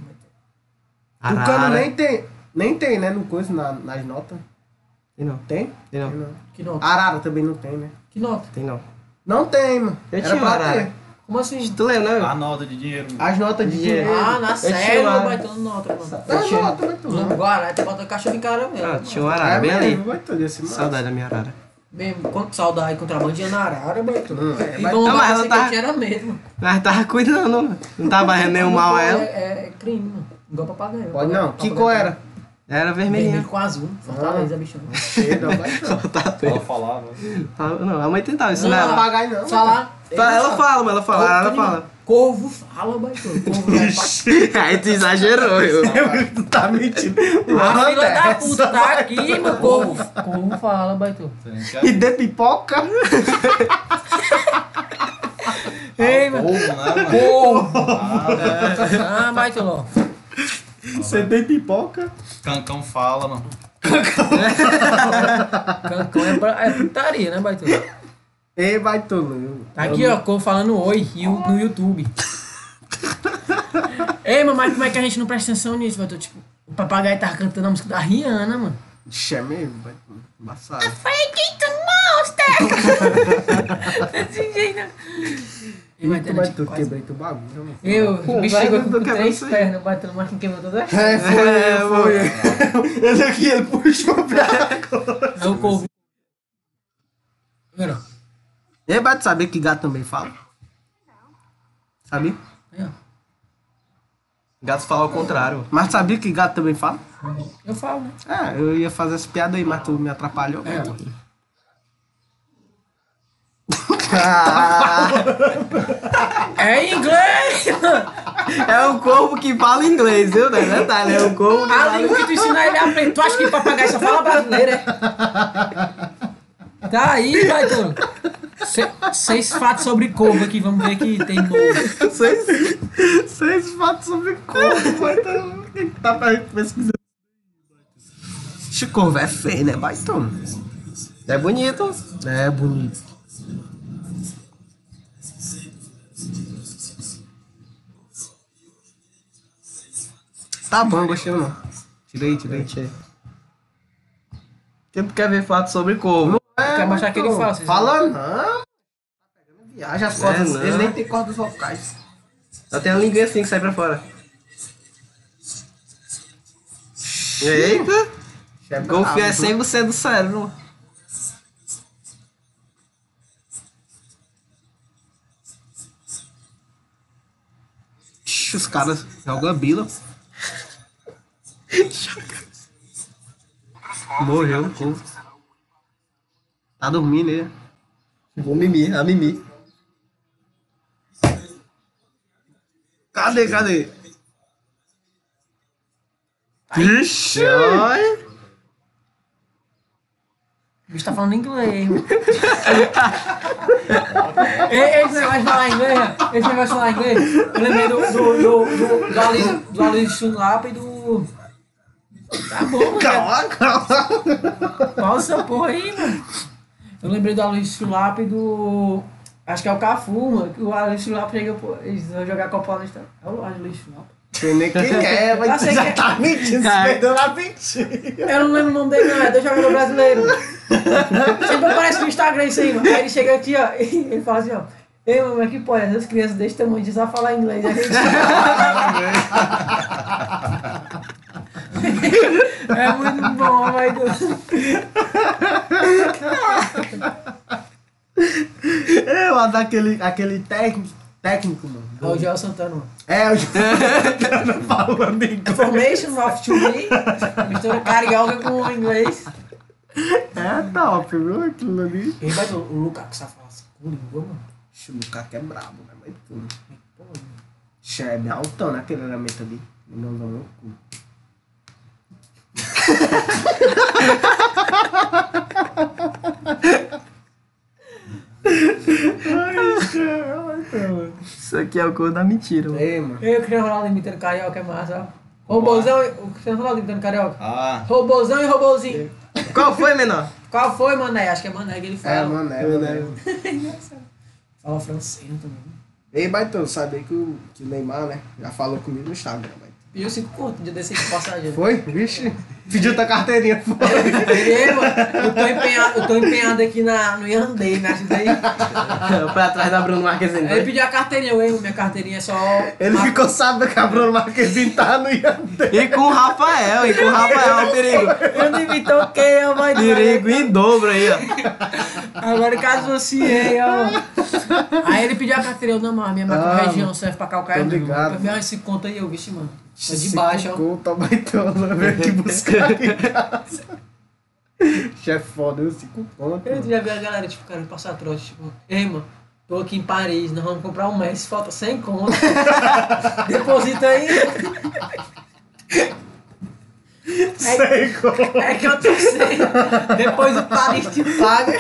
baitão.
Tucano nem tem... Nem tem, né? No coisa, na- nas notas.
Tem não,
Tem?
tem
Tem
não,
não.
Que nota?
Arara também não tem, né?
Que nota?
tem não.
Não tem, mano.
Eu
Era
tinha
pra
arara.
ter.
Como assim?
Tu leu, né?
A
Ah.
nota de dinheiro.
As notas de Tá
Yeah.
dinheiro.
Ah, tá na
tinha
série,
lá.
baitando nota, mano.
Não, não, não, também tu
Os
não.
homens guarda, aí tu bota a caixa de cara mesmo.
Tá Ah,
mano.
tinha uma arara, bem
É mesmo,
ali.
vai todo esse mano.
Saudade da minha arara.
Mesmo, quanto saudade, contrabandinha na arara, baitão.
Hum, é,
E
mas-
vão
Não, mas
lá,
ela
você
tá-
que era mesmo.
Mas tava cuidando, mano. não tava barrendo nenhum mal a
é,
ela. é?
É, é crime, mano. Igual papagaio.
Pode não.
Papagaio-
Que cor era?
Era vermelhinha.
Vermelho com azul. Fortaleza, bichão.
Cheiro, vai todo.
Ela falava.
Tava- Não, a mãe tentava
Não,
ensinar ela.
Pagar não.
Falar.
Fala- Ela fala, mas ela fala,
Corvo,
ela
tudo
fala.
igual. Corvo fala, baitão. Corvo é pa-
Aí tu exagerou, eu.
Tu tá mentindo.
A
Mano,
fila Ah, da
é
puta tá aqui, meu corvo. Corvo fala, baitão.
Você nem quer
E de pipoca?
Ei,
o
meu.
povo, né, mano?
Corvo.
Ah,
Ah, baitão, ó.
Você tem pipoca?
Cancão fala, mano.
Cancão é, pra- é putaria, né, baitão?
Ei, vai tudo.
Tá aqui, ó, Corvo falando oi Rio no YouTube. Ei, mano, mas como é que a gente não presta atenção nisso, baitão? Tipo, o papagaio tava cantando a música da Rihanna, mano.
Ixi, é mesmo? Vai tudo. Embaçado.
E vai
Tu
ter
vai
no
tudo,
TikTok.
quebrei teu bagulho. né?
Eu, o bicho
vai,
chegou
tu
com
quebrou
três
isso aí.
pernas, batendo, mas não quebrou todas as
É, foi,
É,
foi. Esse aqui, ele puxou pra...
É o corvo. Mira,
Ei, vai tu saber que gato também fala? Sabia?
aí, ó.
Gato fala ao contrário.
Mas sabia que gato também fala?
Eu falo, né?
É, eu ia fazer essa piada aí, mas tu me atrapalhou.
É. É em inglês!
É um corvo que fala inglês, viu? Né? Detalhe, é um corvo que
A
fala
língua que tu ensina ele a aprender. Tu acha que papagaio só fala brasileiro, é? Tá aí, Baitão. Se- Seis fatos sobre corvo aqui, vamos ver que tem novo.
Seis, seis fatos sobre corvo, vai ter- Tem que tá pra gente pesquisar. Esse corvo é feio, né? Baitão.
É bonito.
É bonito. Tá bom, gostei não. Tirei, tirei, tirei.
Quem quer ver fato sobre corvo?
Quer mostrar que ele fala, vocês
Fala não. E haja Tá as cordas.
É não.
Eles nem têm cordas vocais.
Só tem a linguinha assim que sai pra fora. Eita!
Isso É
Golfe é
brabo.
100% do cérebro, mano. Ixi, Os caras jogam a bila. Morreu o povo. Tá dormindo aí. Vou mimir, a mimir. Cadê, cadê? Ixi! Olha.
O bicho tá falando inglês. mano. Ei, é, Esse negócio de falar inglês, ó. esse negócio de falar inglês. Eu lembrei do, do, do, do, do Aloysio- do Aloysio Chunlapa e do. Tá bom, mano.
Calma, calma.
Qual essa porra aí, mano? Eu lembrei do Aloysio Chulapa e do. Acho que é o Cafu, mano. que O Aloysio Chulapa chega, pô, eles vão jogar Copa Paulista. É o Aloysio Chulapa.
assim,
Sei nem
né?
quem é,
Eu
mas
sei
já
que é.
tá mentindo, se
Ah.
perdeu na mentira.
Eu não lembro o nome dele, não. É do jogador brasileiro. Sempre aparece no Instagram isso aí, mano. Aí ele chega aqui, ó. E ele fala assim, ó. Ei, mano, mas que porra, essas crianças desse tamanho de só falar inglês. né?" Aí ele- é muito bom, vai.
É, lá daquele aquele técnico, técnico, mano.
É o Joel Santana, mano.
É, o Jonathan falando inglês.
Formation of to me. Mistura carioca com inglês.
É top, viu? Aquilo ali.
Quem vai o Lucas que sabe falar assim com língua, mano?
Ixi, o Lukaku é brabo, né? Mas tudo. Ixi, é bem altão naquele elemento ali. Ele não dá meu cu. Ai, caraca, mano.
Isso aqui é o cor da mentira, mano.
Ei, mano.
Eu, Cristiano Ronaldo imitando carioca é massa, ó. Robozão e... O Cristiano Ronaldo imitando carioca.
Ah,
Robozão e robôzinho.
Qual foi, menor?
Qual foi, Mané? Acho que é Mané que ele fala.
É, mano, é, mano. é.
Fala francês também.
Ei, Baitão, sabe que o, que o Neymar, né? Já falou comigo no Instagram, Baitão.
Pediu cinco conto de descer de passageiro.
Foi? Vixe. Pediu tua carteirinha, foi.
Peguei, mano. Eu tô empenhado, eu tô empenhado aqui na, no né? Yandei, me ajuda aí.
Foi atrás da Bruno Marquezine.
Aí
foi?
pediu a carteirinha, eu erro, minha carteirinha é só.
Ele
Ah,
ficou sabendo que a Bruno Marquezine tá no Yandê.
E com o Rafael, e com o Rafael, perigo.
Eu não me toquei, ó, vai
Perigo em dobro aí, ó.
Agora casou-se, ó. Aí ele pediu a carteirinha, eu não, mano, minha
Ah,
macro-região serve pra calcaia,
tô
não.
ligado.
Eu falei, ah, esse conto aí, eu, vixe, mano. Tá de baixo, ó.
Ficou, tá baitando, veio aqui buscar em casa. Chefe foda, eu cinco conto.
Eu já vi a galera, tipo, cara, passar trote, tipo, ei, mano, tô aqui em Paris, nós vamos comprar um Messi, falta 100 conto. Deposita aí. É,
Sem conto.
é que eu tô sem. Depois o Paris te paga.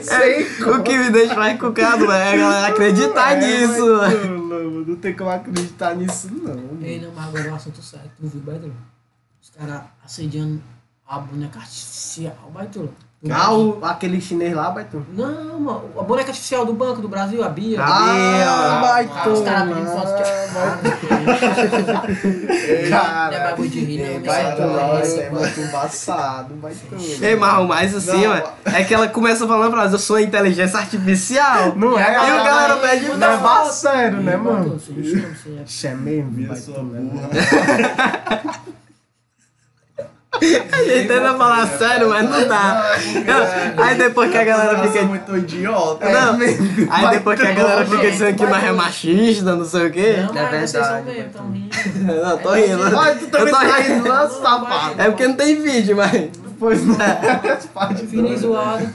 Sem
O que me deixa mais cucado é a galera acreditar nisso. mano.
Não, não tem como acreditar nisso, não.
Ei,
mano.
não, mas agora o assunto sério, tu viu, Baitolo? Os caras assediando a boneca artificial, Baitolo.
Ah, o, aquele chinês lá, Baitão.
Não, mano, a boneca artificial do Banco do Brasil, a Bia.
Ah,
Ah, os
Baitão.
caras pedindo foto de. Não é bagulho de rir, não.
Baitão,
Não, não,
nossa, é muito embaçado, Baitão.
Ei, mas o mais assim,
Não.
mano, é que ela começa falando a frase, eu sou a inteligência artificial.
Não é,
E o galera
Não,
pede
não,
Não é
pra
mal sério, né, mano?
Sim, sim, sim.
Isso é mesmo,
minha sua
Baitão.
burra.
né?
tentando falar sério, mas não dá. Não, é. Aí depois que a galera
eu sou
fica.
muito idiota.
Não, aí depois que a galera
Baitão,
fica dizendo que
gente,
nós é
baitão.
machista, não é assim, sei o quê.
é
É
Não, mas vocês são mesmo,
Baitão.
tão rindo.
Não, tô rindo.
Ai, tu também
Eu tô
tá
rindo.
rindo, lá, safado.
É porque não tem vídeo, mas.
Pois não,
é.
parte
Fininho
dois.
zoado.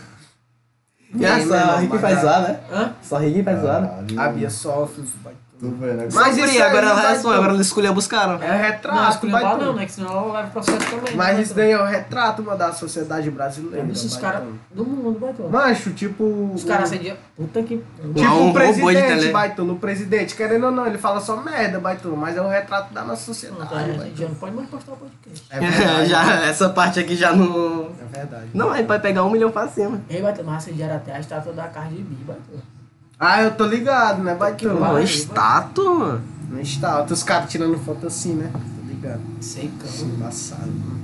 Engraçado, Rick faz zoada, né?
Hã?
Só Rick faz né? zoada.
Caralho,
Ah,
A Bia sofre, vai.
Tô vendo. agora.
Mas
isso
isso
aí,
agora ela
vai
responde,
tudo.
agora ela escolheu buscaram.
É
Não,
retrato,
escolher
vai
não,
tudo.
né? Que senão ela leva processo também.
Mas
né,
isso
Baitão?
daí é o retrato, mano, da sociedade brasileira.
Esses
vai
caras
tudo.
do mundo, Baitão.
Macho, tipo.
Os caras
o-
assediam. Puta que.
Tipo
Um
o
robô de
presidente,
tele-
Baitolo. O presidente, querendo ou não, ele fala só merda, Baitolo. Mas é o retrato da nossa
Não,
sociedade,
tá
Baitolo.
assediando. Pode mais postar o podcast.
É verdade.
já, essa parte aqui já não.
É verdade.
Não, aí vai pegar um milhão pra cima.
Ei, Baitão, mas assediaram até a estátua da carne de bi, Baitão.
Ah, eu tô ligado, né, Baitolo?
Vai,
Uma
vai.
estátua, mano.
Não está. Os caras tirando foto assim, né? Tô ligado.
Secão.
Embaçado, mano.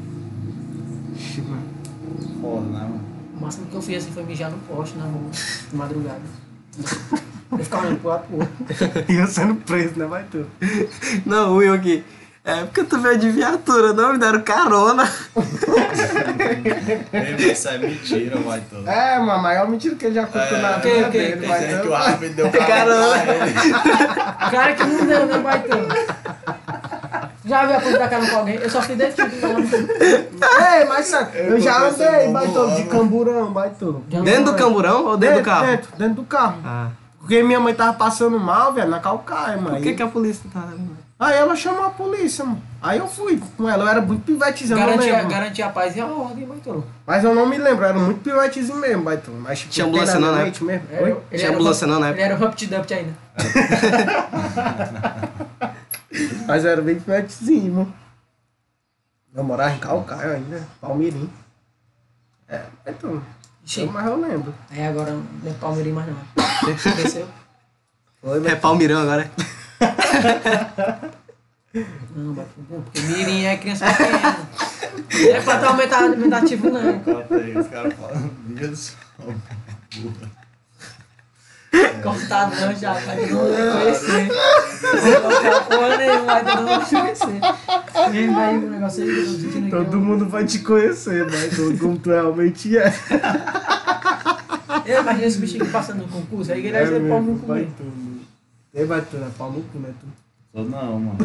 Ixi, mano.
Foda, né, mano?
O máximo que eu fiz assim foi mijar no poste na rua, de madrugada. Eu ficava olhando pro lado pro outro.
E eu sendo preso, né, vai tu?
Não, o Yogi. É porque tu veio de viatura, não me deram carona.
Isso é mentira, vai todo.
É, mano, a maior mentira que ele já contou É, na
É,
que-
vida
que-
dele,
que-
vai
Dizendo É. que o
tu.
árbitro deu
Caramba.
carona pra ele.
Cara que não deu, né, baitão? Já viu a conta da cara com alguém? Eu só fui desse tipo falando que
Ei, mas sabe, eu, já
acontece
andei,
no
baitola, de
ano.
camburão, baitola.
Já
Dentro do
andei.
camburão ou
É,
dentro do carro?
Dentro, dentro do carro.
Ah.
Porque minha mãe tava passando mal, velho, na calcaia, mano.
Por que, que a polícia tá.
Aí ela chamou a polícia, mano. Aí eu fui com ela, eu era muito pivetezinho, eu não
Garantir, a,
lembro.
garantir a paz e a ordem, baitão.
Mas eu não me lembro, eu era muito pivetezinho mesmo, baitola. Mas tipo,
Tinha ambulância
internamente
não, né?
mesmo.
Era-
Oi?
ele
Tinha
era
ambulância
o-
não na
Ele
época?
era o Hupt Dupt ainda.
Mas eu era bem pivetezinho, mano. Eu morava em Calcaia ainda, Palmeirim. É, então,
Ixi,
mas eu lembro.
aí agora não é Palmeirinho mais não. Desceu?
Foi,
É Palmirão agora.
Não, baitão. não, Porque Mirim é criança pequena. Não é pra ter aumento alimentativo, não.
né?
Corta aí, os caras falam, meu Deus.
Cortado não já, tá vai todo mundo reconhecer. né? Não colocar porra nenhuma, vai todo mundo reconhecer. Vem daí o negócio aí que eu tô sentindo aqui.
É, Todo mundo vai te conhecer, mas tu- como tu realmente é.
Eu imagino esse bichinho que passa no concurso, aí ele vai
É
ser pau no cu É né? mesmo.
comigo. Ei, vai tu, né? Pau no cu, né? Tu.
Sou não, mano.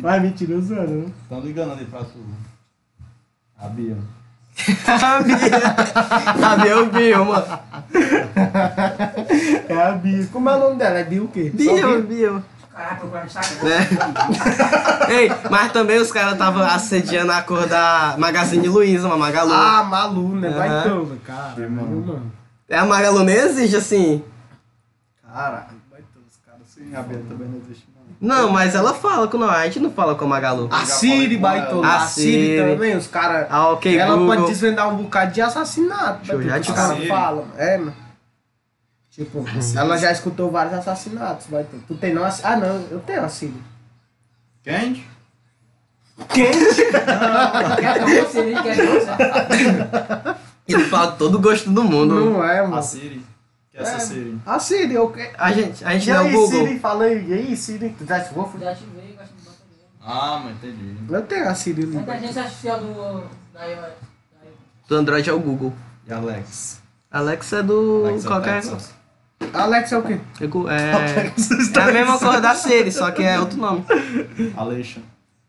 Vai mentiroso, né?
Estão ligando ali pra tu. né? A Bia.
Avião Bio, Tá mano.
É a Bia. Como é o nome dela? É Bia o quê?
Bio, Bio.
Caraca, eu vou achar que-
Né? Ei, mas também os caras estavam assediando a cor da Magazine Luiza, uma Magalu.
Ah, Malu, né? Vai
Aham.
tu, velho. Caralho, mano.
É, a Magalu nem existe assim.
Caralho. vai tu, os caras
Sim, a Bia também não existe, não.
Não, mas ela fala com nós, a gente não fala com a Magalu.
A Siri baitou.
ela.
A Siri
A Siri.
também, os caras.
Ah, ok,
ela
Google.
pode desvendar um bocado de assassinato.
Deixa eu
Baitu,
já
que
te
os
falar.
caras falam. É, mano. Tipo, ela já escutou vários assassinatos, vai tu. Tu tem não a Ah, não, eu tenho a Siri.
Quem?
Quer que eu fosse, ele quer que eu fosse.
E tu fala todo o gosto do mundo.
Não é,
A
mano.
Siri. Que é essa Siri?
A Siri, eu que...
A gente, a gente
E
não é o
aí,
Google.
Siri, fala aí. E aí, Siri, tu já te vou fuder?
Já te veio, eu acho que não bota ninguém.
Ah, mas entendi.
Eu tenho a Siri ali.
Muita gente assistiu do. da iOS.
Do Android é o Google.
E Alex?
Alexa é do.
Alex
qualquer.
Texas.
Alex é o quê?
É, Gu- é, é a mesma cor da Siri, só que é outro nome.
Alexa.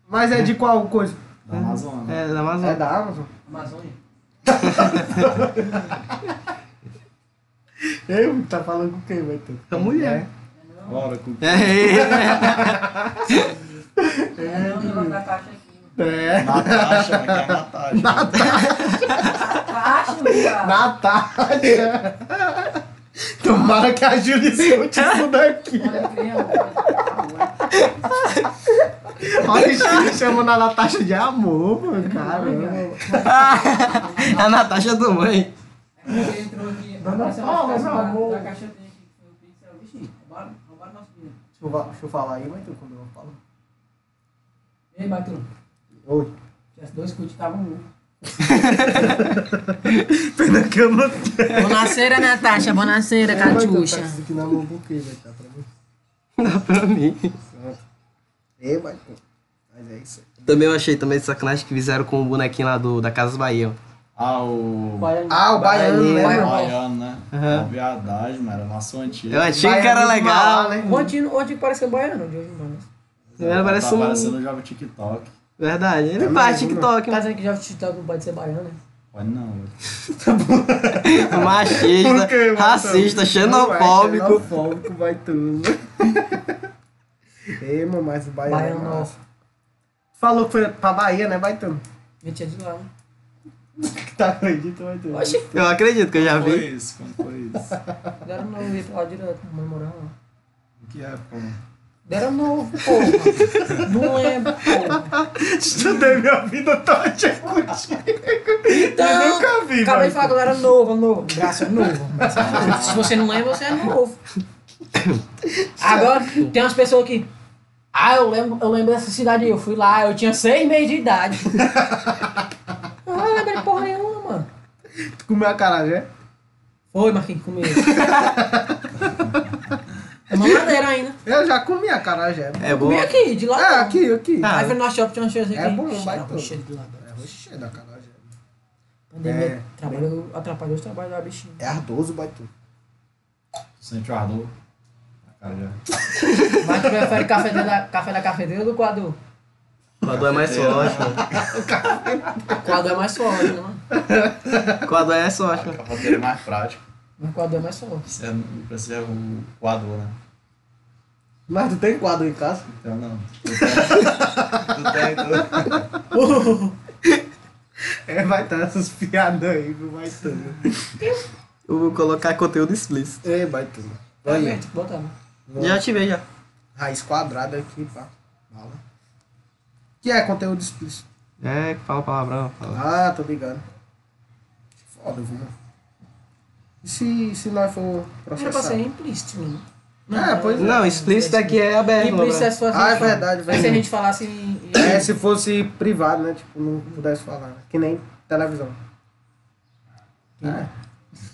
Mas é de qual coisa?
Da Amazônia.
É da Amazon.
É da Amazon?
Amazônia.
Eu? Tá falando com quem, vai tu?
É mulher.
Bora, com
É.
É, não, o negócio da caixa aqui. mano.
É.
Natasha, mas que é Natasha.
Caixa, mano.
Natália. Tomara que a Júlia escute isso daqui.
Olha, criança.
Olha, a Júlia chamando a Natasha de amor, mano. Caramba.
É a Natasha do mãe.
Ele entrou aqui.
Dona
essa
Paula,
notificação
meu
da-
amor.
Da caixa tem aqui. Foi o Pixel. Vixe, roubaram roubaram nosso dinheiro.
Deixa eu, fa- deixa eu falar aí, vai tu, quando eu falo.
Ei, Batru.
Oi.
Esses dois cus estavam loucos.
Pena que eu não
Bonaceira, Natasha. Bonaceira,
Tá com isso aqui na mão por quê, vai tá pra mim?
Não, pra mim.
Ei, vai tu. Mas é isso aí.
Também eu achei também de sacanagem que fizeram com o bonequinho lá do, da Casa Bahia. ó.
Ah, o.
Ah, o baiano,
Baiano,
né,
baiano.
mano?
Baiano, né?
Aham.
Uma viadagem, mano. Era nação
Eu
antiga.
achei que era
Baiano
legal.
mal, né?
Ontem, ontem parece que é baiano, de hoje não.
Ele parece
tá
um-
né?
parecendo um jovem TikTok.
Verdade. Ele
É
faz
mesmo,
TikTok.
Tá dizendo que já o Titã não pode ser baiano, né?
Pode não, velho.
Machista,
Por quê, mano?
racista,
Não é,
é xenofóbico.
xenofóbico, vai tudo. Ei, mano, mas o Baiano.
Baiano
mano.
nosso.
Falou que foi pra Bahia, né, vai tudo.
Gente, é de lá. né?
Tá acredito, vai tudo.
Oxi,
Eu acredito que eu já
Quando foi
vi.
isso? Quando foi isso?
deram um novo, ia pra lá direto, mãe moral. lá.
O que é, pô?
Deram um novo, porra. Não é, porra.
Estudei minha vida toda contigo. Eu
Então,
nunca vi,
acabei de
vai
falar que eu era novo, novo. Graça é novo. Se você não é, você é novo. Agora, tem umas pessoas que. Ah, eu lembro, eu lembro dessa cidade aí. Eu fui lá, eu tinha seis meses de idade. Ah, eu lembrei porra
Tu comeu a carajé?
Foi, Marquinhos, comeu. é uma madeira ainda.
Eu já comi a carajé.
É bom.
Comi aqui, de lá.
É, aqui, aqui.
Ah,
Aí foi no shopping, tinha uma chance aqui.
É bom,
Ixi,
vai
era
todo.
cheio de lá. né?
É rochedo a carajé.
Pandemia
É.
trabalhou, atrapalhou os trabalhos da bichinha.
É ardoso, baitu.
Sente o ardor. A cara já.
Mas tu prefere café da, café da cafeteira ou do coador?
O Adu é mais forte, mano.
O coador é mais forte, né, mano?
O Adu é
tá
sorte, mano.
Cafeteiro é mais prático.
Mas o coador é mais forte.
Você não
é
precisa o quadro, né?
Mas tu tem quadro em casa?
Então não.
Tu tem tudo.
É, vai estar essas piadas aí, viu? Vai tudo.
Eu vou colocar conteúdo explícito.
É, vai tudo.
Olha.
Olha,
Bota, né?
Já ativei, já.
raiz quadrada aqui, pá. Bala. Que é conteúdo explícito.
É, fala palavrão. Fala.
Ah, tô ligado. Foda, viu? mano? E se, se nós for
Era pra
processar?
ser implícito, né? mano.
É, pois
Não, explícito aqui é aberto, mano.
Implícito é só.
Ah, é verdade,
Aí se a
velho.
gente assim, falasse em.
É, se fosse privado, né? Tipo, não pudesse falar. né? Que nem televisão. É.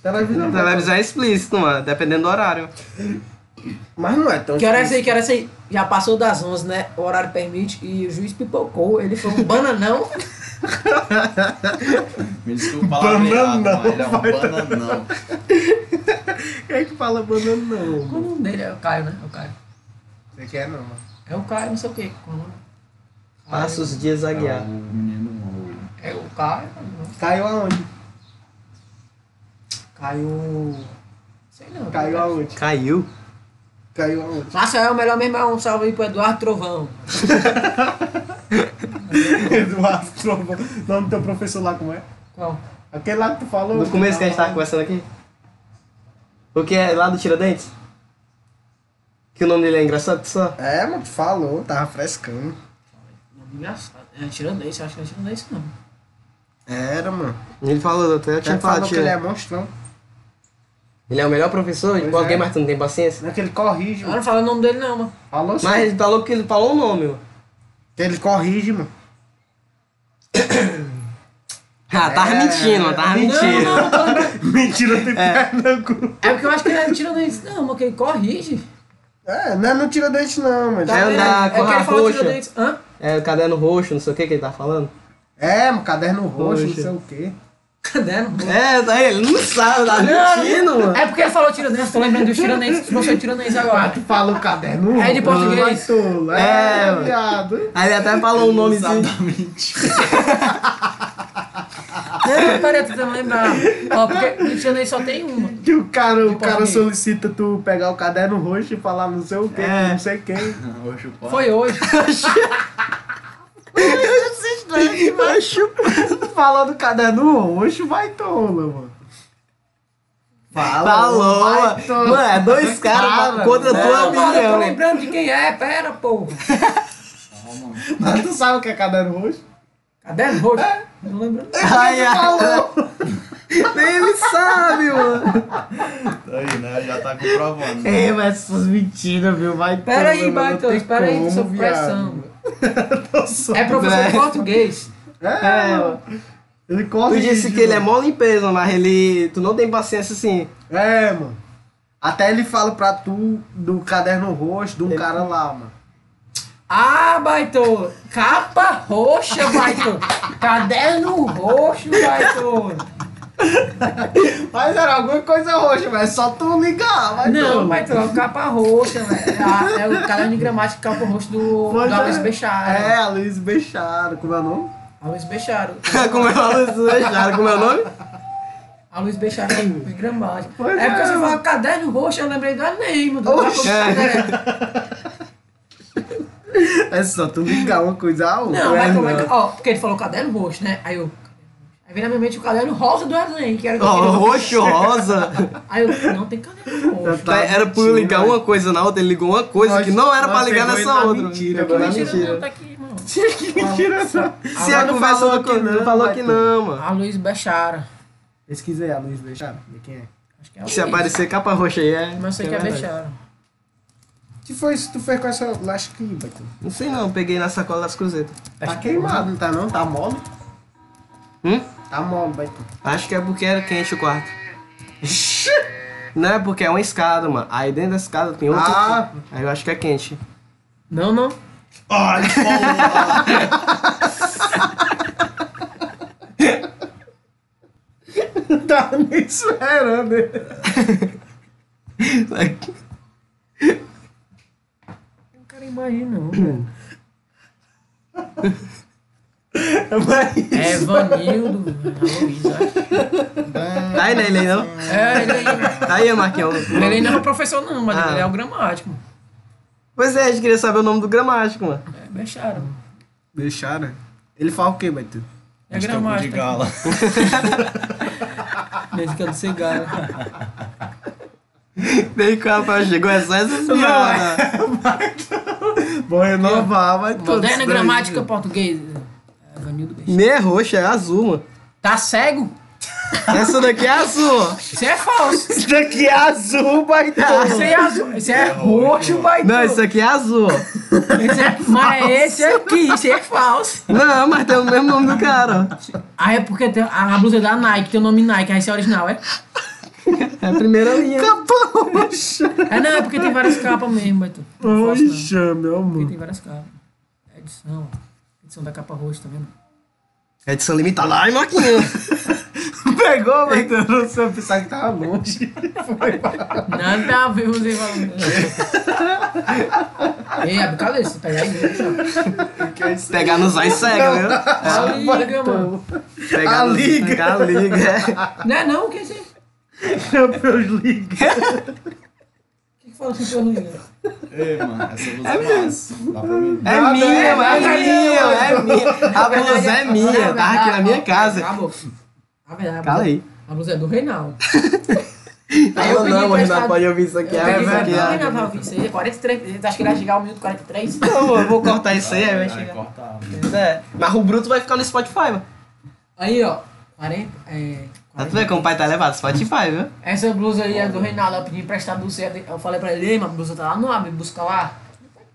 Televisão.
Televisão é explícito, mano. Dependendo do horário.
Mas não é tão
Que hora é essa aí?
explícito.
Que hora é essa aí? Já passou das 11, né? O horário permite. E o juiz pipocou. Ele foi um bananão.
Me desculpa o
Bananão,
palavreado, mas ele é um bananão.
Quem é que fala banana não?
Qual o nome dele? É o Caio, né? É o Caio.
Você quer não, mano.
É o Caio, não sei o quê. Qual o nome?
Passa os dias a
É o
guiar.
menino. o-
É o Caio. não.
Caiu aonde?
Caio. Sei não.
Caiu aonde?
Caiu.
Caiu aonde?
Massa é o melhor mesmo. É um salve aí pro Eduardo Trovão.
Eduardo Trovão. O nome do teu professor lá, como é?
Qual?
Aquele lá que tu falou.
No começo que a gente tava conversando aqui. O que é lá do Tiradentes? Que o nome dele é engraçado que só.
É, mano, tu falou, tava frescando.
Nome engraçado. É tirando esse, acho que não é tirando esse, não.
Era, mano.
Ele falou, até eu tinha
Já
falado.
falou que ele é
Ele,
monstrão.
ele é o melhor professor de
Pois
qualquer,
é.
mas tu não tem paciência.
Não é que ele corrige,
Eu
mano.
não falo o nome dele, não, mano.
Falou sim.
Mas ele falou que ele falou o nome, mano.
Que ele corrige, mano.
Ah, tava
É.
mentindo, mano. Tava mentindo.
Não, não, não.
Mentira tem é. perna no cu.
É porque eu acho que ele é tirando esse. Não, mano, que ele corrige.
É, não é no tiradentes não, mano.
É
vendo?
andar com
é que ele
a
falou
roxa.
tirando esse. Hã?
É o caderno roxo, não sei o que que ele tá falando.
É, mano, caderno roxo,
Poxa.
não sei o quê.
Caderno.
É, tá aí, ele não sabe, tá mentindo, mano.
É porque ele falou tiranense, tô lembrando do tiranense, não sou tiranense agora.
Fala o Ah, caderno roxo.
É de português.
Tolo.
É,
É,
mano.
viado.
Aí ele até falou o nomezinho.
Não, peraí, tô tentando lembrar. Ó, porque no tiranense só tem uma.
Que o cara, o
De
cara
português.
solicita tu pegar o caderno roxo e falar não sei o quê,
É.
não sei quem.
Hoje o pau.
Foi hoje.
Vai chupar.
Falando do caderno roxo, vai tola, mano. Fala,
Falou,
vai
mano.
tola.
Mano, é dois caras
Cara,
contra
não,
tua
Não, mano, eu tô
opinião. né?
lembrando de quem é, pera, pô.
Mas tu sabe o que é caderno roxo?
Caderno roxo. Não lembrando.
Ai, ai. Nem ele sabe, mano.
Tá aí, né? Já tá comprovando. né?
É, mas essas mentiras, viu? Vai
Pera aí,
tola, mano, não
Baitola,
tem
pera aí,
como,
sob pressão.
viado. Tô só-
É professor
É.
de português.
É,
É,
mano.
mano.
Ele corre.
Tu disse que ele é mó limpeza, mas ele. Tu não tem paciência assim.
É, mano. Até ele fala pra tu do caderno roxo de um cara lá, mano.
Ah, Baitola. Capa roxa, Baitola. Caderno roxo, Baitola.
Mas era alguma coisa roxa, velho. Só tu ligar, vai
Não,
tu.
mas tu é o capa roxa, velho. Ah, É o caderno de gramática capa roxa do
Pois
da Luiz
é.
Bechara.
É, a Luiz Bechara. Como é o nome?
A Luiz Bechara.
como é o nome deixaram? Como é o nome?
A Luiz Bechara de gramática.
Pois
é porque
é.
você falou caderno roxo, eu lembrei do Enem, mano. Do
Oxe.
Capa-
É só tu ligar uma coisa a outra.
Não,
é,
mas como é
não.
que. Ó, porque ele falou caderno roxo, né? Aí eu. Aí vem na minha mente o caderno rosa do Enem, que era o que eu
Ó,
queria.
roxo, rosa.
Aí eu, não tem caderno roxo.
Tá
era pra eu
mentindo,
ligar
né?
uma coisa na outra, ele ligou uma coisa que não era
Nós
pra ligar
pegou ele
nessa
na
outra.
mentira,
Pegou na
que
Mentira,
mentira.
não, tá aqui, mano.
Que mentira só.
Se a
não
conversa
falou
do
que
co-
não,
tu falou
vai
que
tu.
não, mano.
A Ah, Luiz Bechara.
Pesquisei a Luiz Bechara. Vê quem é.
Acho que é a
Se
Luiz.
aparecer capa roxa aí, é.
Mas eu sei que é
verdade.
Bechara.
que foi isso que tu fez com essa laxa aqui, Beto?
Não
é
sei não, peguei na sacola das cruzetas.
Tá queimado, não tá não? Tá mole?
Hum?
Tá Tá mole, Baitola.
Acho que é porque era quente o quarto. Não é porque é uma escada, mano. Aí dentro da escada tem outro.
Ah.
Aí eu acho que é quente.
Não, não.
Olha, porra!
Não tava nem esperando.
O cara imagina, não, velho.
Mas...
É Vanildo, Aloysio.
Tá aí, Lele, não?
É, ele,
Tá aí, Marquinhão.
ele não é professor, não, mas
Ah.
ele é o gramático. mano.
Pois é, a gente queria saber o nome do gramático, mano.
É, deixaram. mano.
Deixaram? né? Ele fala o quê, Baitola?
É
Estampo de
gramático.
gala.
Medicando cigarro.
Daí que o rapaz chegou, é só essas
é.
piadas.
Vou renovar, Baitola.
Moderna gramática portuguesa. É Vanildo Beijo.
Nem é roxo, é azul, mano.
Tá cego?
Essa daqui é azul. ó.
Isso é falso.
Isso daqui é azul, Baitola.
Isso é azul. Isso é roxo, Baitola.
Tá Não, isso aqui é azul. ó.
Esse é- mas esse aqui, isso é falso.
Não, mas tem o mesmo nome do cara. ó.
Ah, é porque tem- a, a blusa é da Nike, tem o nome Nike, aí isso é original, é?
É a primeira linha.
É não, é porque tem várias capas mesmo, mas tu. Não é falso, não.
Poxa, meu
Porque
amor.
tem várias capas. É edição. Edição da capa roxa, tá vendo?
Edição limitada. Ai, Marquinhos.
Pegou, Baitola. Não sei, eu pensava que tava longe.
Nada a ver você falando. Ei, abre cabeça, você pega aí. né?
Pegar nos vai cega, viu?
A
Ah,
liga, mano.
Pegar
A
nos-
liga.
Pegar a liga. é.
Não é não, o que é isso aí? O
Champions League.
que que fala assim pelo liga?
Ei, mano, essa blusa é massa. Dá pra mim?
É
Nada,
minha,
é
é,
nada,
minha, é minha. A blusa é minha, tá aqui na minha casa.
Acabou. A verdade, a
Cala
blusa-
aí.
Tá A blusa é do Reinaldo. Aí eu pedi
Não, não, o Renato
emprestado-
pode ouvir isso aqui.
Eu
ah,
peguei
isso
pra
aqui,
mim,
ah.
né, Valvin? Isso aí é 43. Acho que ele vai chegar ao minuto 43.
Não, eu vou cortar isso aí, é, aí vai
Aí
chegar.
corta a árvore.
É, mas o Bruto vai ficar no Spotify, mano.
Aí, ó. 40. É,
Tá tu
40.
vê como o pai tá levado? Spotify, viu?
Essa blusa aí é do Reinaldo. Eu pedi emprestado do cedo. Eu falei pra ele, ei, mas a blusa tá lá no abre, busca lá.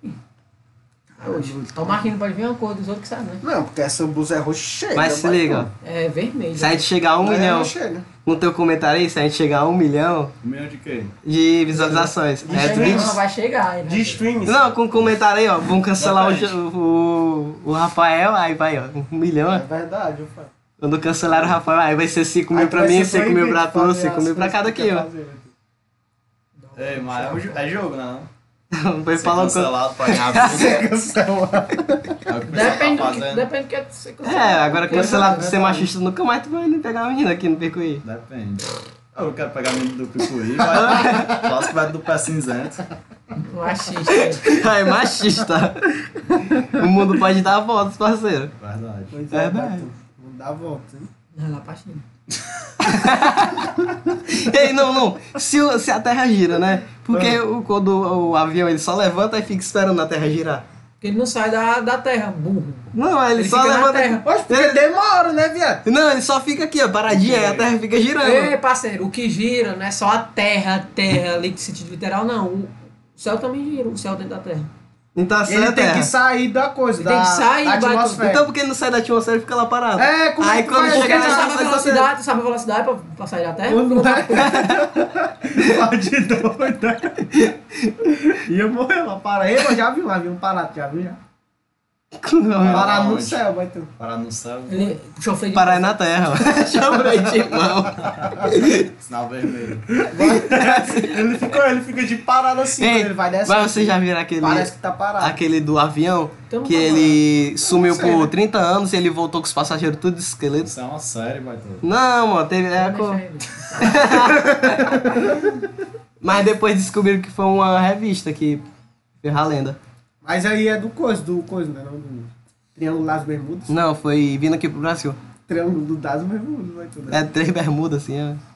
Tá,
Tá
Tomar que não pode ver uma cor dos outros que sabe, né?
Não, porque essa blusa é roxa.
Mas se liga, ó.
É vermelho.
Se a gente chegar a um milhão,
Chega.
no teu comentário aí, se a gente chegar a um milhão
Um milhão de quê?
de visualizações.
Não
É
chega, não,
20.
vai chegar. né? ele vai
De
chegar.
streams.
Não, com o comentário aí, ó. Vamos cancelar o, Jo- o, o Rafael, aí vai, ó. Um milhão,
É
ó.
verdade, eu falo.
Quando cancelaram o Rafael, aí vai ser 5 mil pra mim, 5 mil pra tu, 5 mil pra cada aqui, ó.
né?
Ei, mas é um jo- é jogo, né? não?
Foi
Ser
falando com...
cancelado, apanhar a blusa.
É
um
É o que o pessoal tá
Depende do, que,
fazendo.
depende do que você consegue.
É, agora
Porque-
cancelar de ser machista, nunca mais tu vai nem pegar uma menina aqui no Picuí.
Depende. Eu não quero pegar menino do picuí, mas posso que vai do pé cinzento.
Machista. é.
É machista. O mundo pode dar voltas, parceiro.
Verdade.
Pois
É,
é,
velho.
Beto. Não dá volta, hein?
Não, lá pra China.
Ei, não, não. Se, o- se a Terra gira, né? Porque o, quando o, o avião ele só levanta e fica esperando a Terra girar.
Porque ele não sai da, da terra, burro.
Não, ele,
Ele
só
fica na
levanta.
Terra.
Mas porque demora, né, viado?
Não, ele só fica aqui, ó, paradinha,
É.
aí a Terra fica girando.
Ei, parceiro, o que gira não é só a terra, a terra, ali de sentido literal, não. O céu também gira, o céu dentro da terra.
Então a
Ele
Terra.
tem que sair da coisa,
Ele
da
tem que sair,
da
Beto.
atmosfera.
Então por que ele não sai da atmosfera e fica lá parado?
É, como
Aí
que
quando
vai
Porque
chegar
tu
chegar
sabe a
lá,
velocidade, tu sabe a velocidade pra, pra sair da terra?
Não dá. de doida. Ia né? morrer lá, para aí, mas já vi lá, vi um parado, já vi já. Parado no
aonde?
céu, vai um- tu.
Parar no céu,
Ele puxou o freio de
Parar na Terra, mano. Chambrei de mão.
sinal vermelho.
Ele ficou, ele fica de parado assim,
Ei,
ele vai descendo.
Mas vocês já viram aquele.
Parece que tá parado.
Aquele do avião,
Então,
que
vamos
ele sumiu
sei,
por
né?
30 anos e ele voltou com os passageiros tudo esqueletos.
Isso é uma série, baitola.
Não, mano, teve. é, co- Mas depois descobriram que foi uma revista que ferra a lenda.
Mas aí é do coisa, do coisa, né? Não, do Triângulo das Bermudas.
Não, foi vindo aqui pro Brasil.
Triângulo das Bermudas, vai né? tudo.
É três bermudas, assim, ó.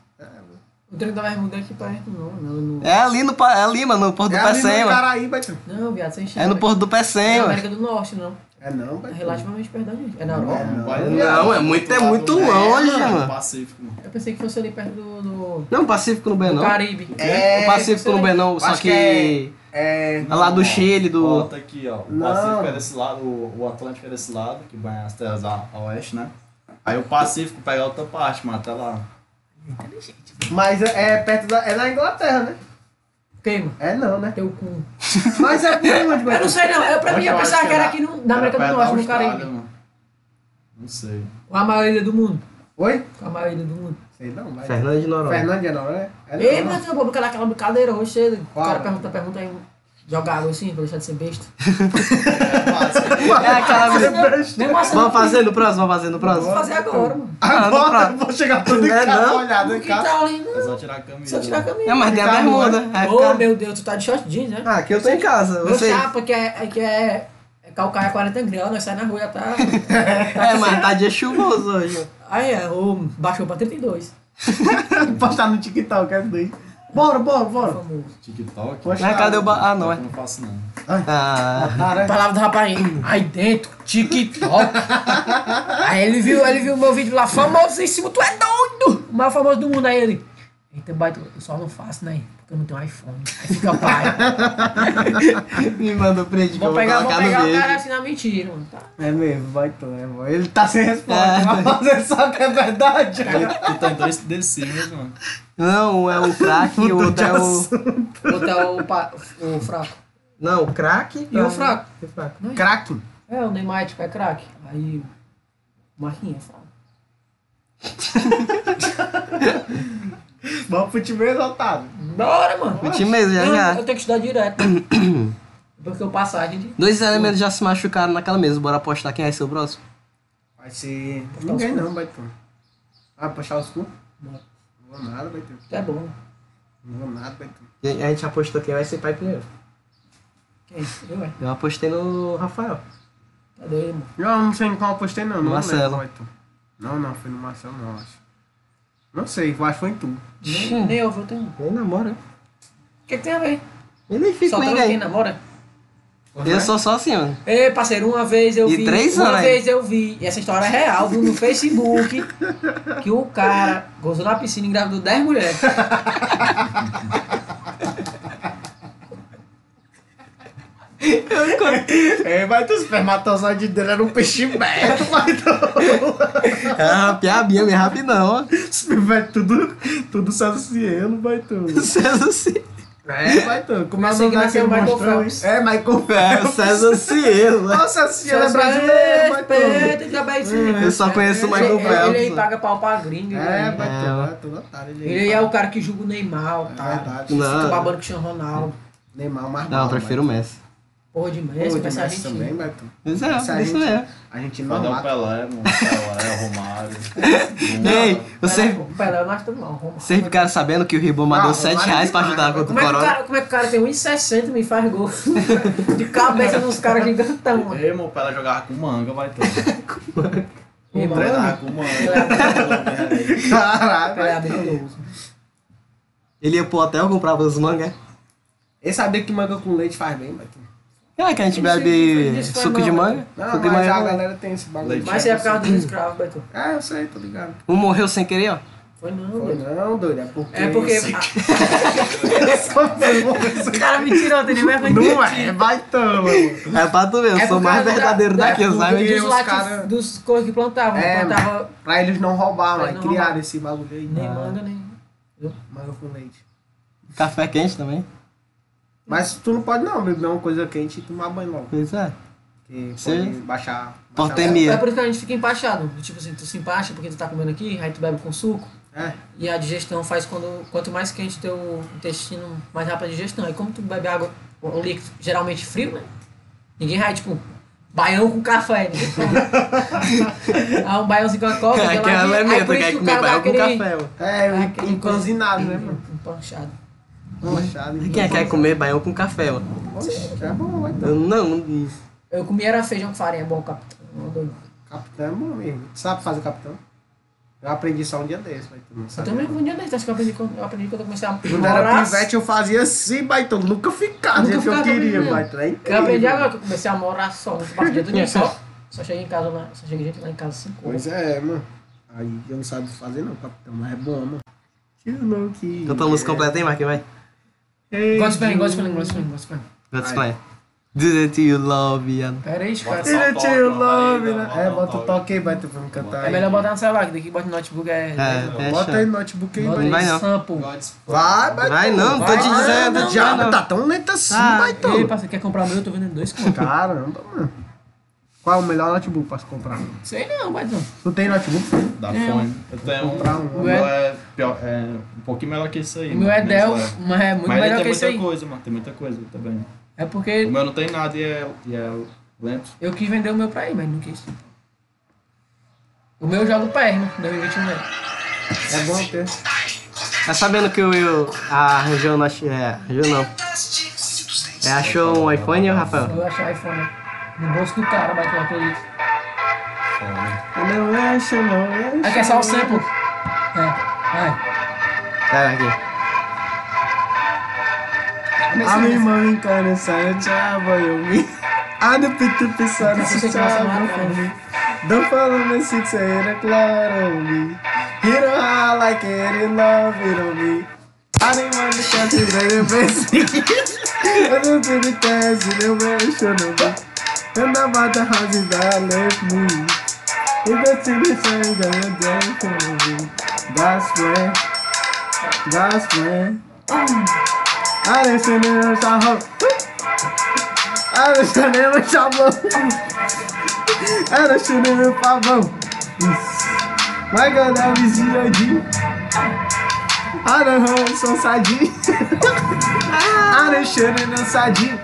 O trem da bermuda é aqui pra gente não, não, não.
É ali no pa- é ali, mano, no Porto do
É ali
Pecém,
no
mano.
Caraíba, tu.
Não, viado, sem chance.
É no Porto do Pecém,
É na
mano.
América do Norte, não.
É não,
É
vai.
relativamente perto da gente. É na Europa.
Não, vai- um
Não, é muito- é muito
do-
longe,
é,
mano.
Pacífico, mano.
Eu pensei que fosse ali perto do, do,
Não, Pacífico no B,
do
É não.
Caribe. é,
É o Pacífico no B, não, só
Acho
que.
que é- É.
Lá do
Ó,
Chile, do-
Bota aqui, ó. O
Não.
Pacífico é desse lado, o, o Atlântico é desse lado, que banha as terras a, a oeste, né? Aí o Pacífico pegar outra parte, mano, até lá.
Mas é perto da. É na Inglaterra, né?
Queima.
É não, né?
Teu cu.
Mas é por onde,
Eu não
Beto?
sei não. Eu, pra
Eu
mim, eu
acho
pensava
que
que era
era-
aqui no, na América
Era
do
perto da
Norte, no
Austrália,
Caribe.
mano. Não sei.
Com a maior ilha do mundo.
Oi?
Com a maior ilha do mundo.
Sei não, mas.
Fernanda de Noronha.
Fernândia não, né? É
Ei,
não,
mas tem uma boca lá, aquela brincadeira, hoje cedo. O
Qual?
cara pergunta, pergunta aí. Joga água assim, pra deixar de ser besta.
É
Tá,
aquela vez.
Nem massa não.
Vamos fazer no próximo, vamos fazer no
Vou
próximo.
assim, fazer agora, mano.
Agora eu vou chegar todo em
É,
casa
não?
olhado
O
em
que
casa.
tá ali, não.
É só tirar a camisa.
Se eu tirar a
É,
camisa.
mas tem a
Ficar no ar.
bermuda. Vai
Ô,
ficar.
meu Deus, tu tá de short jeans, né?
Ah, aqui eu tô em casa,
Meu
vocês.
chapa, que é, que é é calcaia 40 graus, nós saímos na rua, tá?
É, mas tá dia chuvoso hoje.
Aí, é, o- baixou pra 32.
Postar no TikTok, é doido. Bora, bora, bora.
Famoso.
TikTok.
Postar.
Mas cadê o ba... Ah, não, é.
Eu não faço, não.
Ah,
Cara,
Palavra do rapaz aí, aí dentro, TikTok. aí ele viu, ele viu meu vídeo lá, famosíssimo, tu é doido! O mais famoso do mundo, aí ele. Eita, baita, eu só não faço, né? Porque eu não tenho iPhone. Aí fica pai.
me manda o print que
Vou
eu vou
pegar, vou
colocar no
pegar o cara
vídeo.
assim na mentira, mano. Tá?
É mesmo, vai tu, né, mano? Ele tá sem resposta.
É.
Vai fazer só que é verdade.
Tu, tu tem dois desses, mano.
Não, um é o crack e o outro é o...
Botar o, pa- o fraco.
Não, o crack
E o fraco?
E o fraco.
Craque.
É, o Neymar, tipo, é craque. Aí, o Marquinhos, é fraco.
Vamos pro time exaltado.
Bora, mano.
O time mesmo, já
Eu,
já.
eu tenho que estudar direto. Porque eu passagem de.
Dois elementos já se machucaram naquela mesa. Bora apostar quem vai ser o próximo?
Vai ser. Ninguém não, vai tu. Vai puxar os cu?
Bora.
Não vou nada, vai tu.
É bom.
Não vou nada, vai tu.
E A gente apostou quem vai ser pai primeiro.
Quem? Eu, é.
Eu apostei no Rafael.
Tá doido, mano.
Eu não sei em qual eu postei, não. não
Marcelo.
lembro, vai tu. Não, não, foi no Marcelo, não, acho. Não sei, eu acho que foi em tu.
Nem, nem eu vou ter um.
Ele namora.
O que, que tem a ver?
Eu nem fico
Só
com
tem quem
ninguém.
namora?
Eu sou só assim, mano.
Ei, É, parceiro, uma vez eu
E
vi.
três
uma
anos,
vez eu vi. E essa história é real, viu? No Facebook que o cara gozou na piscina e engravidou 10 mulheres.
É, vai tu, espermatozoide dele era um peixe aberto, vai tu.
Ah, piabinha, bem rapidão, ó.
Vai tudo, tudo saciando, vai tu.
César Cielo.
É, vai tu. Como é o
Assim
nome
que nasceu
daquele
Michael
monstrão?
Phelps.
É, Michael
É, o
Phelps.
César Cielo. né?
Nossa senhora, é
Seus
brasileiro, vai tu.
respeito, diabetezinho.
Eu só conheço o Michael
Ele, ele
Phelps.
aí
mano.
paga pau pra gringa.
É,
né?
vai
É,
tu,
ó.
vai tu, otário. Ele,
Ele é o cara que julga o Neymar, o
É
cara.
verdade.
Fica
Ah, Não,
babando com o Cristiano Ronaldo.
Neymar, mais
não, eu prefiro o Messi.
Porra de
Pô,
Messi, mas
demais
a gente.
também, vai tu.
Mas é,
Essa
isso
gente-
mesmo.
A gente não
Cadê o
mata.
Pelé, mano? Pelé, Romário.
Ei, você,
O Pelé nós estamos mal, Romário.
vocês ficaram sabendo que o Ribomar
Ah,
deu
o
7
Mário
reais pra
demais,
ajudar
né?
contra o
Como é, que o
Corona?
cara, como é que o cara tem 1,60 e me faz gol? De cabeça nos caras gigantão, mano.
Ei, meu, o Pelé jogava com manga, vai todo.
Ei,
Treinava
mano,
com manga.
o Pelé é
Caralho.
habilidoso.
Ele ia pro hotel, comprava os mangá.
Ele sabia que manga com leite faz bem, vai tu.
É, que a gente
Ele disse- ele
bebe
disse que foi
suco de
manga.
manga.
Não,
suco de
mas a
manga. é
né?
bom.
galera tem esse bagulho.
Leite.
Mas isso é por causa dos escravos, Beto.
É, eu sei, tô ligado.
Um morreu sem querer, ó.
Foi não,
Pô,
Beto.
não, doido, é porque...
É porque. O cara me tirou, tem nem vergonha de
Não
mentir.
é, vai então, mano.
É pra tu ver, eu
É
sou
por
mais
causa da-
verdadeiro
da-
daqui,
do-
sabe?
Porque
Dos
né, os
latis,
cara-
dos coisas que plantavam.
É,
Plantava
Pra eles não roubar,
Pra
mas
não
criaram
roubar.
esse bagulho aí.
nem
Manga
manga, nem.
com leite.
Café quente também.
Mas tu não pode não beber uma coisa quente e tomar banho logo.
Pois é.
Porque pode
Sim.
baixar... baixar
Portemia.
É por isso que a gente fica empachado. Tipo assim, tu se empacha porque tu tá comendo aqui, aí tu bebe com suco.
É.
E a digestão faz quando. Quanto mais quente teu intestino, mais rápida a digestão. E como tu bebe água, um líquido geralmente frio, né? Ninguém vai, tipo, baião com café. Ninguém toma. ah, um baiãozinho com a coca.
É que é
geladinho. Aí
elemento,
por isso
quer
que o
comer
cara dá
baião com
aquele-
café, mano.
É,
dá
um
aquele
empanzinado, né,
coisa-
mano? é
Empanchado. Hum.
Manchado.
Uhum.
Quem é quer comer baião com café, mano?
Oxe, é bom, vai então.
Eu não, não-
Eu comi era feijão com farinha, é bom, capitão. Não, doido.
Capitão é bom mesmo. Tu sabe fazer capitão? Eu aprendi só um dia desse, vai tu não
Eu
sabe.
também um dia desse, acho que eu aprendi quando eu, aprendi quando eu comecei a
Quando era
morar-
pivete, eu fazia assim, baitão. Nunca ficava do
Nunca
jeito que eu
ficava
queria,
mesmo.
baitão. É
Eu
incrível.
aprendi agora que eu comecei a morar só, não partia do dia só. Só cheguei em casa, lá, só cheguei gente lá em casa 5 horas.
Pois é, mano. Aí eu não sabia fazer não, capitão, mas é bom, mano. Tira não que...
Canta a música completa, hein, Marquinhos? Vai.
Ei,
Gosto de Gospel, gosto de gosto de gosto de
Ai.
Vai, Espanha. Didn't you love me? I-
Pera aí, espera.
Bota só
Ele
um
tinha o
toque, uma
nome,
parede,
né?
uma-
É,
uma
bota o
parede.
toque aí, vai, tu vai me cantar
É
aí.
melhor botar no celular, que daqui bota no notebook é.
É, é
Bota aí
chato.
no notebook aí,
Bota
vai.
vai
aí,
não.
sampo.
Vai, vai.
Vai não, tô
Vai,
te
não,
dizendo,
não,
diabo,
Diabo, tá tão lento assim,
Ah,
vai, então.
Ei, parceiro, quer comprar o meu? Eu tô vendendo dois contos.
Caramba, mano. Qual é o melhor notebook pra se comprar?
Sei não, mas não.
Tu tem notebook?
Da
É. né?
fone. Eu tenho um.
Comprar
O
um.
meu é, pior, é um pouquinho melhor que isso aí.
O meu é
mas-
Dell,
mas
mas é muito
ele
melhor
tem
que esse
muita
aí.
coisa, mano. Tem muita coisa também.
É
O
porque
meu não tem nada e é, e é lento.
eu quis vender o meu pra ele, mas não quis. O meu eu jogo perna, 2021 né?
É bom ter.
Tá sabendo que o Will arranjou na. É, arranjou não. É, achou um iPhone, Rafael?
Eu achar iPhone no bolso do cara, mas eu acredito.
É,
Não acha, não acha.
Aqui é só o sampo. É,
Pera aqui.
A minha mãe cara sai chava eu me. A do pitu pisar
Você
se
tem que passar
chava
na frente.
Don't follow me six era claro me. You know how I like it in love it on me. I didn't want to catch it very busy. I don't think it has in a way should have been. And about the houses that left me. If the city sang that you dance for me. That's where. That's where. I didn't see them shot I didn't see them shot era chorando pavão. Vai ganhar vizinha de. Arahão, sou sadinho. Arahão, chorando sadinho.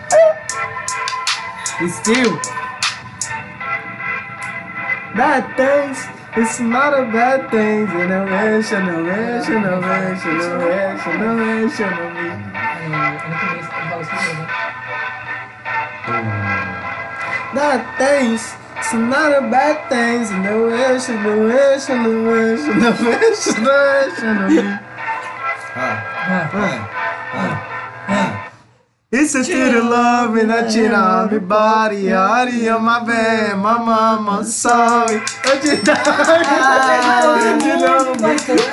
Still. Bad things, it's not a bad thing. Innovation, innovation, innovation, innovation, innovation, innovation.
ai.
That things, it's not a bad things. No eixo, no eixo, no eixo, no eixo, no eixo, no eixo. It's
é
a little love and
né,
I cheat on my body. Honey, on my bed, my mama, sorry. Eu te dou, eu te dou, eu te dou.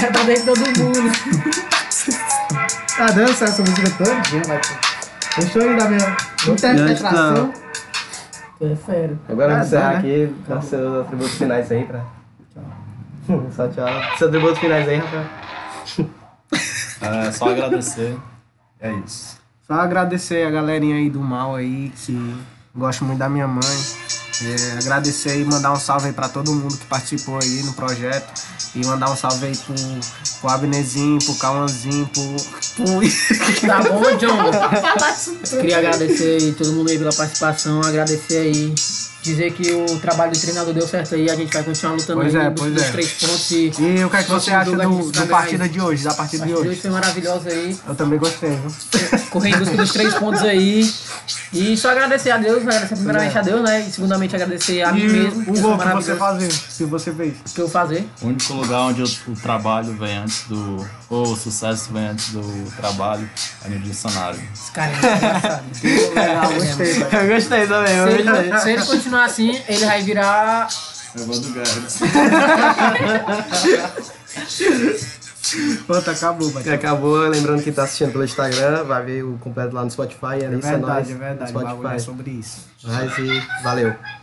É pra dentro de todo mundo.
Tá dança essa música né, todinha, vai. Deixa eu ir da minha
É
interpretação.
Prefiro.
Ah,
Agora vamos encerrar
dá,
aqui com seus atributos finais aí pra. Tchau. Só tchau. Seus atributos finais aí, Rafael.
É só agradecer. É isso.
Só agradecer a galerinha aí do mal aí, que gosta muito da minha mãe. É, agradecer e mandar um salve aí pra todo mundo que participou aí no projeto. E mandar um salve aí pro, pro Abnezinho, pro Cauanzinho, pro. pro...
Tá bom, John? Queria agradecer aí todo mundo aí pela participação, agradecer aí. Dizer que o trabalho do treinador deu certo aí, a gente vai continuar lutando
Pois
aí
é,
dos,
pois
dos
é.
três pontos e
E o que é que você acha
Jogo aqui
do,
no
do
Instagram
partida
aí.
de hoje, da partida de
Acho que
hoje?
hoje foi maravilhosa aí.
Eu também gostei, viu?
Correr em busca dos três pontos aí. E só agradecer a Deus, agradecer primeiramente a Deus, né? E segundamente agradecer
Tá
a mim mesmo.
é. E
que
o
eu sou
gol que você
maravilhoso.
fazia, que você fez.
Que eu fazer.
O único lugar onde o trabalho vem antes do. Ou o sucesso vem antes do trabalho é no dicionário.
Esse cara é
um
engraçado. Legal, gostei.
Eu gostei também, eu
Se
gostei.
ele, se ele continuar assim, ele vai virar.
Eu vou do Guedes.
Pronto, acabou, vai.
E Acabou, lembrando quem tá assistindo pelo Instagram, vai ver o completo lá no Spotify. Era
É
isso, é nóis.
verdade, é verdade. O bagulho é
Spotify.
sobre isso.
Mas e valeu.